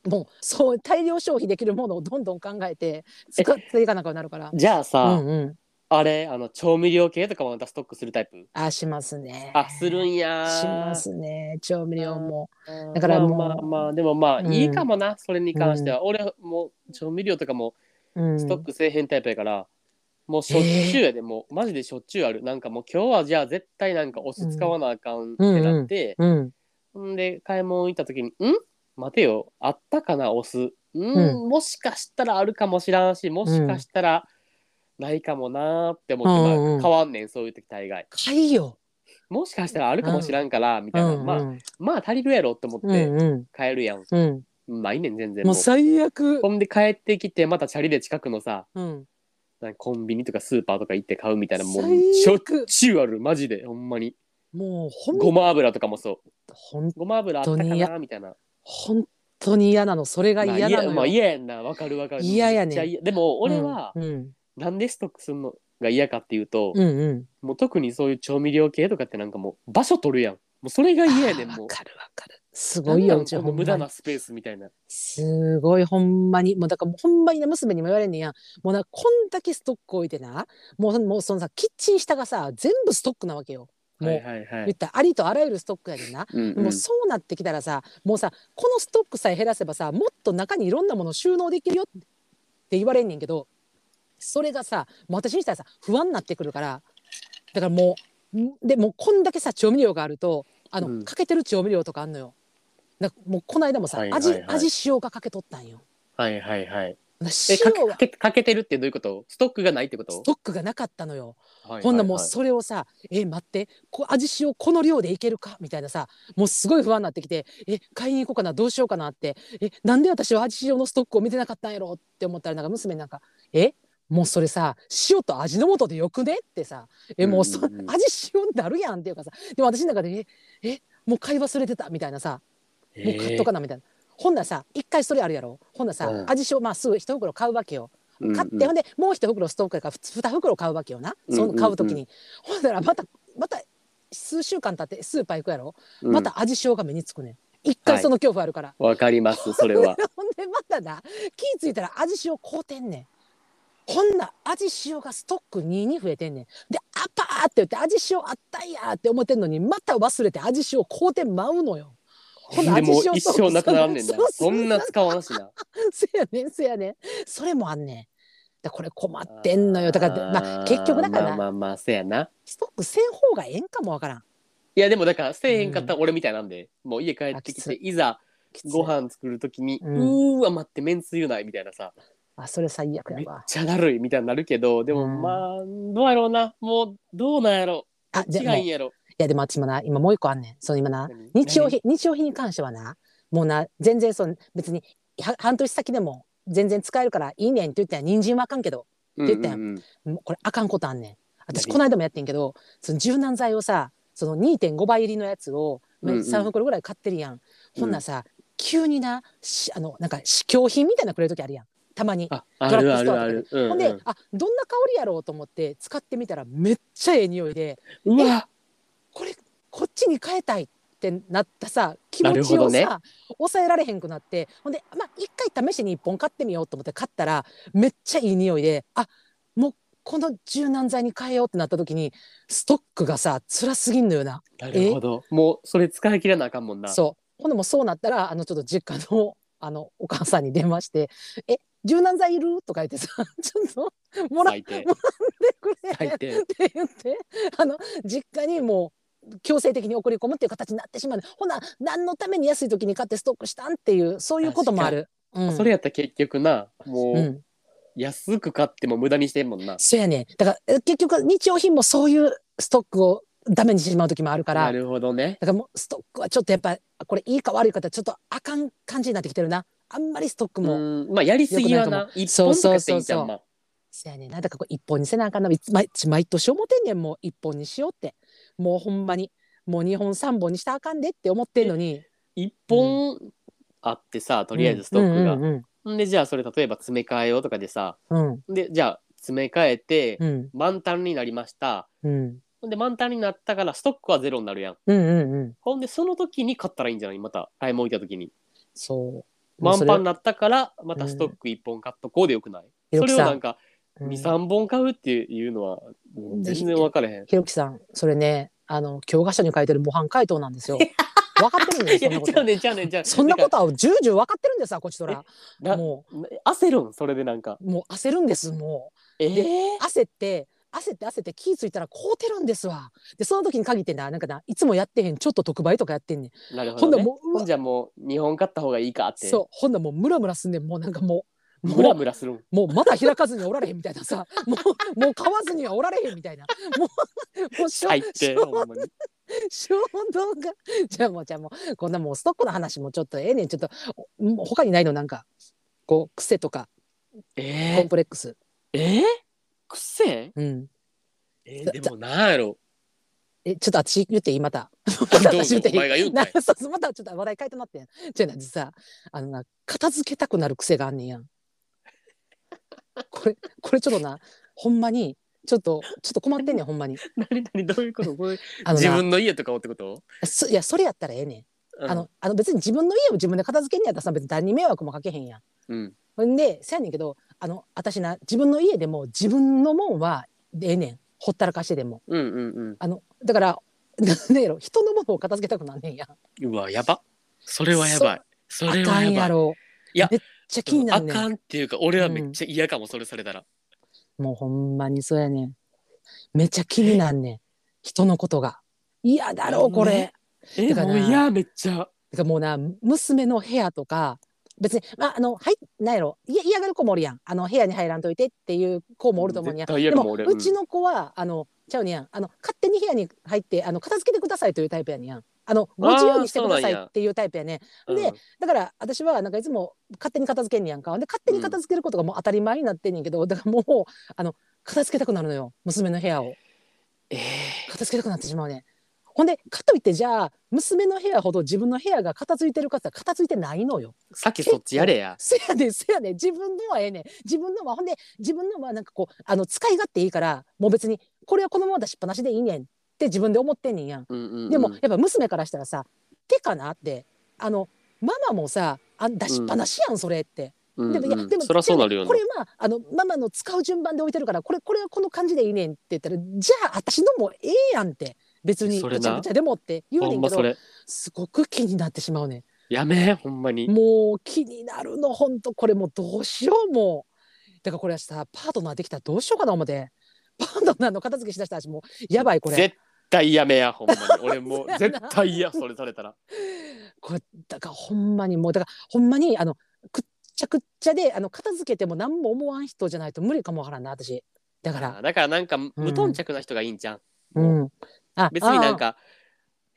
もうそう大量消費できるものをどんどん考えて使っていかなくなるから。
じゃあさ、
うんうん、
あれあの調味料系とかもまたストックするタイプ
あしますね。
あするんやー
しますね調味料も。
だ
だからもう
まあまあまあでもまあ
うん
いいかもな、それに関しては、俺もう調味料とかも
うん
ストックせえへんタイプやから、もうしょっちゅうやで、もうマジでしょっちゅうあるなんかもう今日はじゃあ絶対なんかお酢使わなあかんってなって、
うん
んで買い物行った時に「ん待てよあったかなお酢うん、もしかしたらあるかもしらんしもしかしたらないかもな」って思って、
うん
ま
う
あ、
ん
変わんねんそういう時大概
買いよ。
もしかしたらあるかもしらんから、みたいな、まあ
ん
まあ足りるやろって思
う
って
んうん
買えるやん、
うん
まあいいねん全然
も
も
う
う
最悪。
ほんで帰ってきてまたチャリで近くのさ
うん
なんかコンビニとかスーパーとか行って買うみたいなもうし
最
ょっ
悪。
ちゅうあるマジでほんまに
もうほん
ごま油とかもそう
ほん
ごま油あったか
本当に
な
や
みたいな
本当に嫌なのそれが
まあ
嫌なのよ。
まあ嫌やんなわかるわかる
嫌やねん
めっちゃ嫌でも俺は
うんうん
なんでストックするのが嫌かっていうと、
うんうん。
もう特にそういう調味料系とかってなんかもう場所取るやんもうそれが嫌やねん
あー
も
わ
う
かるわかる。す
な
ごい
んな
ようんち
こ
ほ
の
んまに
無駄なスペースみたいな
すごいほんまにもうだからもうほんまにね娘にも言われんねんやもうなこんだけストック置いてなもうそのもうそのさキッチン下がさ全部ストックなわけよ。もう、
はいはいは
言っ
い、
たらありとあらゆるストックやでな。
うんうん
もうそうなってきたらさもうさこのストックさえ減らせばさもっと中にいろんなもの収納できるよって言われんねんけどそれがさもう私にしたらさ不安になってくるからだからもうんでもうこんだけさ調味料があるとあの、
うん
かけてる調味料とかあんのよ。なんかもうこの間もさ、
はいはいはい
味味塩がかけとったんよ。
はいはいはい
だ
え
から
かけか
塩が
けかけてるってどういうことストックがないってこと
ストックがなかったのよ。
はいはいはい
ほんならもうそれをさ「え待ってこ味塩この量でいけるか?」みたいなさもうすごい不安になってきて「え買いに行こうかなどうしようかな」って「えなんで私は味塩のストックを見てなかったんやろ?」って思ったらなんか娘なんか「えもうそれさ塩と味の素でよくね?」ってさ「えもうそ、
うんうんうん
味塩になるやん」っていうかさでも私の中で「ええもう買い忘れてた」みたいなさもう買っとかなみたいな。ほんならさ一回それあるやろほんならさ、
うん
味塩まあすぐ一袋買うわけよ
うんうん
買ってほんでもう一袋ストックやからふつ二袋買うわけよな
うんうんう
そ
ん
の買う時に、ほんならまたまた数週間経ってスーパー行くやろ
うん
また味塩が目につくねん一回その恐怖あるから、
わかりますそ れ は
ほんでまたな気付いたら味塩買うてんねんほんな味塩がストック2に増えてんねんで「あパー!」って言って味塩あったんやって思ってんのにまた忘れて味塩買うてまうのよ
ほんでもう一
スト
生
ック
なくならんねんな
そう
そんな使わんしな
せやねんせやねんそれもあんねんだからこれ困ってんのよだからまあ結局だから
まあ
な
まあまあせやな
ストックせん方がええんかもわからん
いやでもだからせえへんかったら俺みたいなんで、もう家帰ってき
あきつ
ていざ
きつい
ご飯作る時に、う
うん
ーわ待ってめんつゆないみたいなさ
あそれ最悪
めっ
やわ
ちゃだるいみたいになるけどでも
うん
まあどうやろうなもうどうなんやろ
あじ
違
ゃあもう
いん
い
やろ
やでも私もな今もう一個あんねんその今な
何
日用品日用品に関してはなもうな全然その別には半年先でも全然使えるからいいねんって言ったら人参はあかんけど
何
って言ったや
うんんうんうん
もうこれあかんことあんねん私
何
この間もやってんけどその柔軟剤をさその2.5倍入りのやつを
うんうん
3袋ぐらい買ってるやん、ほんならさ急になしあのなんか試供品みたいなのくれる時あるやんたまに。
ああるあるあ
ドラッ
る、うん
ほん
う
で
ん、
あどんな香りやろうと思って使ってみたらめっちゃええ匂いで
うわ
これこっちに変えたいってなったさ気持
な
ち
るほど
をさ、
ね
抑えられへんくなってほんでまあ一回試しに1本買ってみようと思って買ったらめっちゃいい匂いであもうこの柔軟剤に変えようってなった時にストックがさ辛すぎんのよな
なるほどもうそれ使い切らなあかんもんな
そうほんでもうそうなったらあのちょっと実家のあのお母さんに電話して「え柔軟剤いる?」とか言ってさ 「ちょっともらっ
最
て
低
くれ」
最低
って言ってあの実家にもう強制的に送り込むっていう形になってしまうほな何のために安い時に買ってストックしたんっていうそういうこともある。うん、
それやったら結局なも
う、
うん安く買っても無駄にしてんもんな、
そうやねだからえ結局日用品もそういうストックをダメにしてしまう時もあるから
なるほどね
だからもうストックはちょっとやっぱこれいいか悪いかってちょっとあかん感じになってきてるなあんまりストックも、
うんまあやりすぎはな一
そ
本
う
と
そ
か
う
って
そ
いういじゃ
そ
ん
う
まあ
そやねんなだからこれ一本にせなあかんな毎毎年思ってんねんもう一本にしようってもうほんまにもう2本3本にしたらあかんでって思ってんのに
一本あってさとりあえずストックが、
うんうん
んでじゃあそれ例えば詰め替えようとかでさ
うん
でじゃあ詰め替えて
うん
満タンになりました
うん
ほんで満タンになったからストックはゼロになるやん
うんうんうん
ほんでその時に買ったらいいんじゃないまた買い物行った時に
そうもう
満
それ
パンになったからまたストック1本買っとこうでよくない、
うん
それをなんか
うん
23本買うっていうのはもう全然分からへん
ひろきさんそれねあの教科書に書いてる模範解答なんですよ分かってるんで
い
すよ
や
そん
ちゃ
なこ
う
と
ねんちゃうねんちゃうね
そんなことは重々分かってるんですわこっちとら
なんかな
も
焦るんそれでなんか
うもう焦るんですも
えー、
う焦って焦って焦って気ぃついたら凍ってるんですわでその時に限ってななんかないつもやってへんちょっと特売とかやってんねん
なるほ
ほん
ど、
な
ね、
らもううわ
ほんじゃもう2本買った方がいいかって
そうほんならもうムラムラすんねんもうなんかもうもう
ムラムラするん
もうまだ開かずにはおられへんみたいなさもうもう買わずにはおられへんみたいなもうもうしょ
入ってほんまに
衝動がじゃあもうじゃあもうこんなもうストックの話もちょっとええねんちょっとお他にないのなんかこう癖とかコ
え
ンプレックス、
ー、えー、癖
うん
えー、でもなんやろ
えちょっと私言っていいまた ま
どう
た
ぞ
私言ってい
お前が言う
い
んか
ない そうそうまたちょっと話題変えてもらってんじゃあな実はあのな片付けたくなる癖があんねんやんこれこれちょっとなほんまにちょっとちょっと困ってんねんほんまに
何何どういうことこれ
あの
自
な
分の家とかをってこと、
そいやそれやったらええねん、
うん、
あのあの別に自分の家を自分で片付けんねやったらさ別に誰に迷惑もかけへんやん
うん
ほんでせやねんけどあの私な自分の家でも自分のもんはええねんほったらかしてでも
うんうん
あのだから 何やろ人のものを片付けたくなんねんや
うんうわやばそれはやばいそれ
あか
は
んや
やばい
ろ
いや
めっちゃ気にな
あ
るね
か
ん
んっていうか俺はめっちゃ嫌かも、それされたら
もうほんまにそうやねんめっちゃ気になんねん人のことが嫌だろうこ
ね
れ
え
だから
もう嫌めっちゃ
だからもうな娘の部屋とか別に、まあ、あのはいなんやろいや嫌がる子もおるやんあの部屋に入らんといてっていう子もおると思うんや
絶対嫌かも
で
俺
もうちの子はあのちゃうねやんあの勝手に部屋に入ってあの片付けてくださいというタイプやねやんあのご自由にしてくださいっていうタイプやね
うん
でだから私はなんかいつも勝手に片付けんねやんかで勝手に片付けることがもう当たり前になってんねんけどだからもうあの片付けたくなるのよ娘の部屋を
え
片付けたくなってしまうねんほんでかといってじゃあ娘の部屋ほど自分の部屋が片付いてるかって言ったら片付いてないのよ
ー、さっきそっちやれや
せやねんせやねん自分のはええねん自分のはほんで自分のはなんかこうあの使い勝手いいからもう別にこれはこのまま出しっぱなしでいいねんって自分で思ってんねんやん。
うんうんうん
でもやっぱ娘からしたらさ「手かな?」ってあのママもさあ出しっぱなしやんそれって。
うん
でもいや
うん
でも
そりゃそうなるよ
こ
な
れはあのママの使う順番で置いてるからこれこれはこの感じでいいねんって言ったらじゃあ私のもええやんって別に
それ
ぐ
な
ちゃぐちゃでもって言う
ほ
ね
ん
んけ
まそ
ど
れ
すごく気になってしまうねん。
やめほんまに
もう気になるの本当これもうどうしようもうだからこれさパートナーできたらどうしようかな思ってパートナーの片付けしだしたら私もうやばいこれ
絶対やめやほんま に俺もう
そうやな
絶対嫌それされたら
これだからほんまにもうだからほんまにあのくっちゃくっちゃであの片付けても何も思わん人じゃないと無理かもわからんな私だから
あーだからなんか無頓着な人がいいんじゃん、
うんあ
別になんか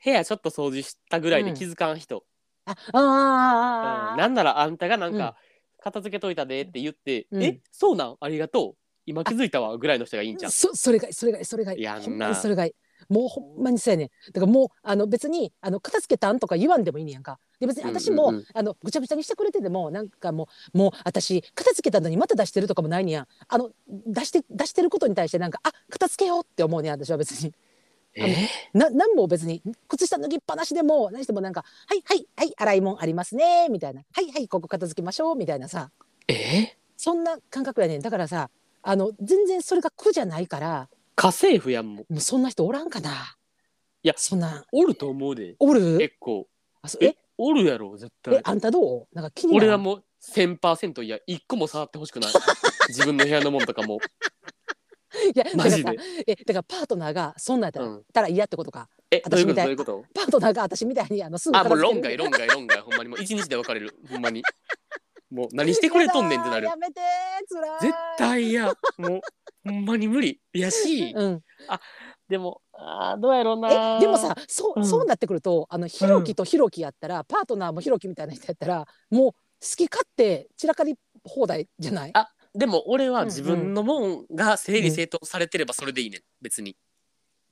部屋ちょっと掃除したぐらいで気づかん人、
あああ
うん
ああああ
なんならあんたがなん
うん
か片付けといたでって言って「
うん
えそうなんありがとう今気づいたわ」ぐらいの人がいいんじゃん。
そそれがいいそれがいいそれがいい
やんな
ほんまにそれがいいもうほんまにそうやねんだからもうあの別にあの片付けたんとか言わんでもいいねやんかで別に私
う
も、
んうんうん
あのぐちゃぐちゃにしてくれててもなんかもうもう私片付けたのにまた出してるとかもないねやんあの出して出してることに対してなんかあ片付けようって思うねや私は別に
えー
な何も別に靴下脱ぎっぱなしでも何してもなんか「はいはいはい洗い物ありますね」みたいな「はいはいここ片付けましょう」みたいなさ
え
そんな感覚やねんだからさあの全然それが苦じゃないから
ー家政婦やんもう
もうそんな人おらんかない
や
そんな
おると思うで
おる
結構
あそ
え
え
おるやろ絶対
えあんたどうなんか気にな
俺
る
はもう1000%いや一個も触ってほしくない自分の部屋のもんとかも
いや
マジ
だ
で
からさえだからパートナーがそんなんやったら,、
うん
たら嫌ってことか
えどういう
私
こと
みた
ど
いう
いうこと
パートナーが私みたいにあのすぐ
あもう
片付
論
け
外
る
論外論外ほんまにもう一日で別れるほんまにもう何してくれとんねんってなる
やめてつらい
絶対嫌もうほんまに無理いやし
うん、
でもあーどうやろうな
えでもさそううんそうなってくると、あのひろきとひろきやったら、パートナーもひろきみたいな人やったらもう好き勝手散らかり放題じゃない
あでも俺は自分のもんが整理整頓されてればそれでいいねん別に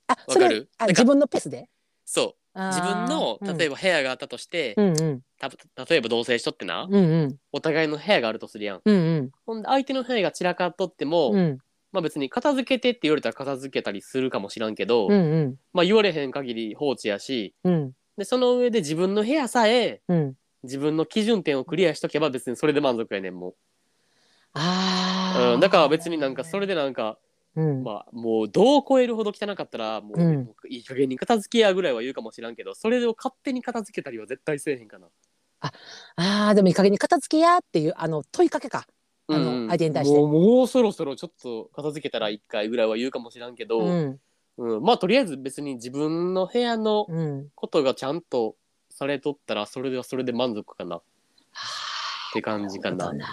あ
わかるな
あ
んか
自分のペースで
そう自分の例え
ば、
ば部屋があったとして、
うん、うん
た例えば同棲しとってな、
うんうん
お互いの部屋があるとするやん
うんうん
ほんで相手の部屋が散らかっとっても、
うん
まあ別に片付けてって言われたら片付けたりするかもしらんけど、
うんうん
まあ言われへん限り放置やし
うん
でその上で自分の部屋さえ
うん
自分の基準点をクリアしとけば別にそれで満足やねんもう、
ああ、
うん、だから別になんかそれでなんか、
うん、
まあもうどう超えるほど汚かったらもう,、
うん
もういい加減に片付けやぐらいは言うかもしらんけどそれを勝手に片付けたりは絶対せえへんかな。
ああでもいい加減に片付けやっていうあの問いかけかあの相手に対して
もうもうそろそろちょっと片付けたら一回ぐらいは言うかもしらんけど、
ん
うんまあとりあえず別に自分の部屋の
うん
ことがちゃんとされとったらそれはそれで満足かなって感じかな
そうだ。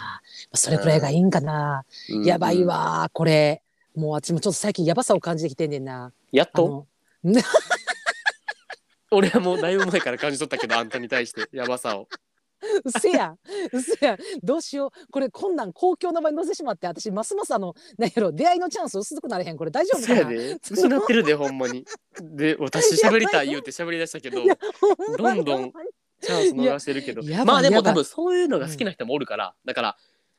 それくらいがいいんかな、
うん
やばい。わーこれもう私もちょっと最近やばさを感じてきてんねんな
やっ
あ
と
の
俺はもうだいぶ前から感じとったけ どあんたに対してやばさを。
うせやん うせやんどうしようこれこんなん公共の場に載せてしまって私ますますあのなんやろ出会いのチャンス薄くなれへんこれ大丈夫
そ
か
や
な
で失ってるでほんまに。で私喋りたい言うて喋り出したけど
いや ほま
ど
に
んどん
ほまに
チャンス逃してるけど
いややばい
まあでも
やばい
多分そういうのが好きな人もおるから、だから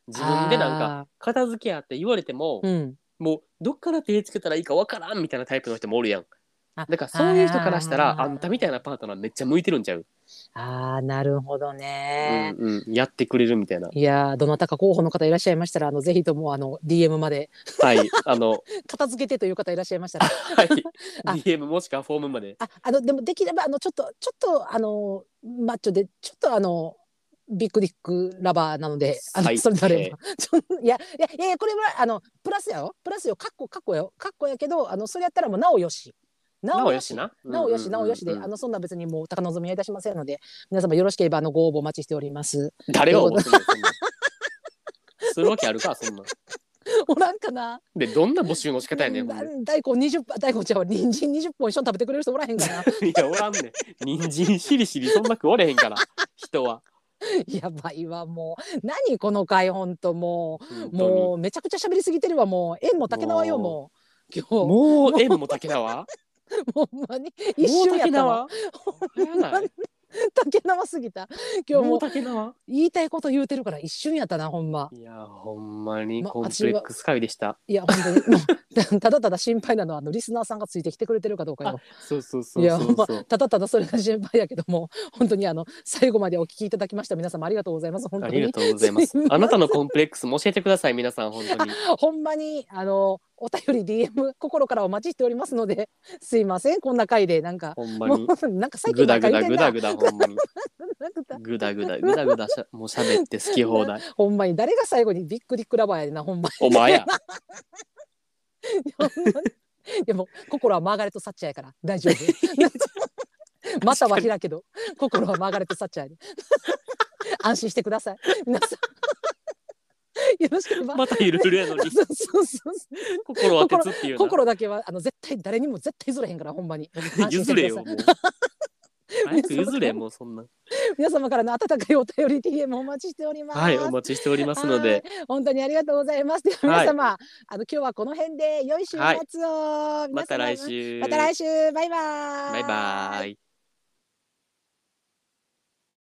自分でなんか
あ
片付けやって言われても、
ーうん
もうどっから手つけたらいいかわからんみたいなタイプの人もおるやん。
あ
だからそういう人からしたら
あー
あんたみたいなパートナーめっちゃ向いてるんちゃう、
あーなるほどね、
うんうん、やってくれるみ たいな。
いやーどなたか候補の方いらっしゃいましたらあのぜひともあの DM まで
はい、あの、
片付けてという方いらっしゃいましたらあ
はい、DM もしくはフォームまで。
ああのでもできればあのちょっとちょっとあのマッチョでちょっとあのビッグディックラバーなのであの
最低
それなれば ちょいやいやいやいやこれはあのプラスやよプラスよかっこかっこよかっこやけどあのそれやったらもうなおよしな
なおよしな。
なおよしなおよしで、
うんうん
あ
うん
のそんな別にもう高望みはいたしませんので皆様よろしければあのご応募お待ちしております。
誰が思ってんのそんなんするわけあるか、そんなん。
おらんかな。
で、どんな募集の仕方やねん。ほんで
うん大根二十大根ちゃうわ人参二十本一緒に食べてくれる人おらへんかな。
いや、おらんねん。人参しりしり、そんな食われへんから、人は。
やばいわもう何この回本当も
本
う
当に
もうめちゃくちゃ喋りすぎてるわもう縁も竹縄よもう今日も
もう縁も竹縄
うほんまに一瞬やったわ
もう竹縄早ない
竹縄すぎた今
も
日も
う
う
竹縄
言いたいこと言うてるから一瞬やったなほんま
いや、ほんまに
ま
コンプレックス回でした。
いや本当にも うただただ心配なのはあのリスナーさんがついてきてくれてるかどうかよ
そうそうそ
いうや
そう
ほん
そ
ま
う。
ただただそれが心配やけども 本当にあの最後までお聞きいただきました皆様ありがとうございます本当
あ
に
りがとうございます
すいま。せん
あなたのコンプレックスも教えてください、皆さん、本当に。
ほんまにあのお便り DM 心からお待ちしておりますのですいませんこんな回でなんか
ほんま
も
に。
うなんか最
ぐ
近な
だ
んか
ぐ
言
だ
ってん
ぐだ
な
ぐだ、ほんまに。
なんか
ぐだぐだぐだぐだしゃ、もう喋って好き放題。
ほんまに誰が最後にビックリックラバーやねんなほんま
お前や。
にほんまに でも心はマーガレット・サッチャーやから大丈夫 または開けど心はマーガレット・サッチャーやで 安心してください皆さん よろしければ、
またゆるゆるやの に、
そうそうそう
心は鉄っていうな。
心だけはあの絶対誰にも絶対譲れへんからほんまに
譲れよ、もう。早く譲れ、もうそ んな。
皆様からの温かいお便り DM お待ちしております。
はい、お待ちしておりますの
はい
で。
本当にありがとうございます。では
は
皆
い
様、あの今日はこの辺で良い週末を、皆様
また来週。
また来週バイバイ。
バイバイ。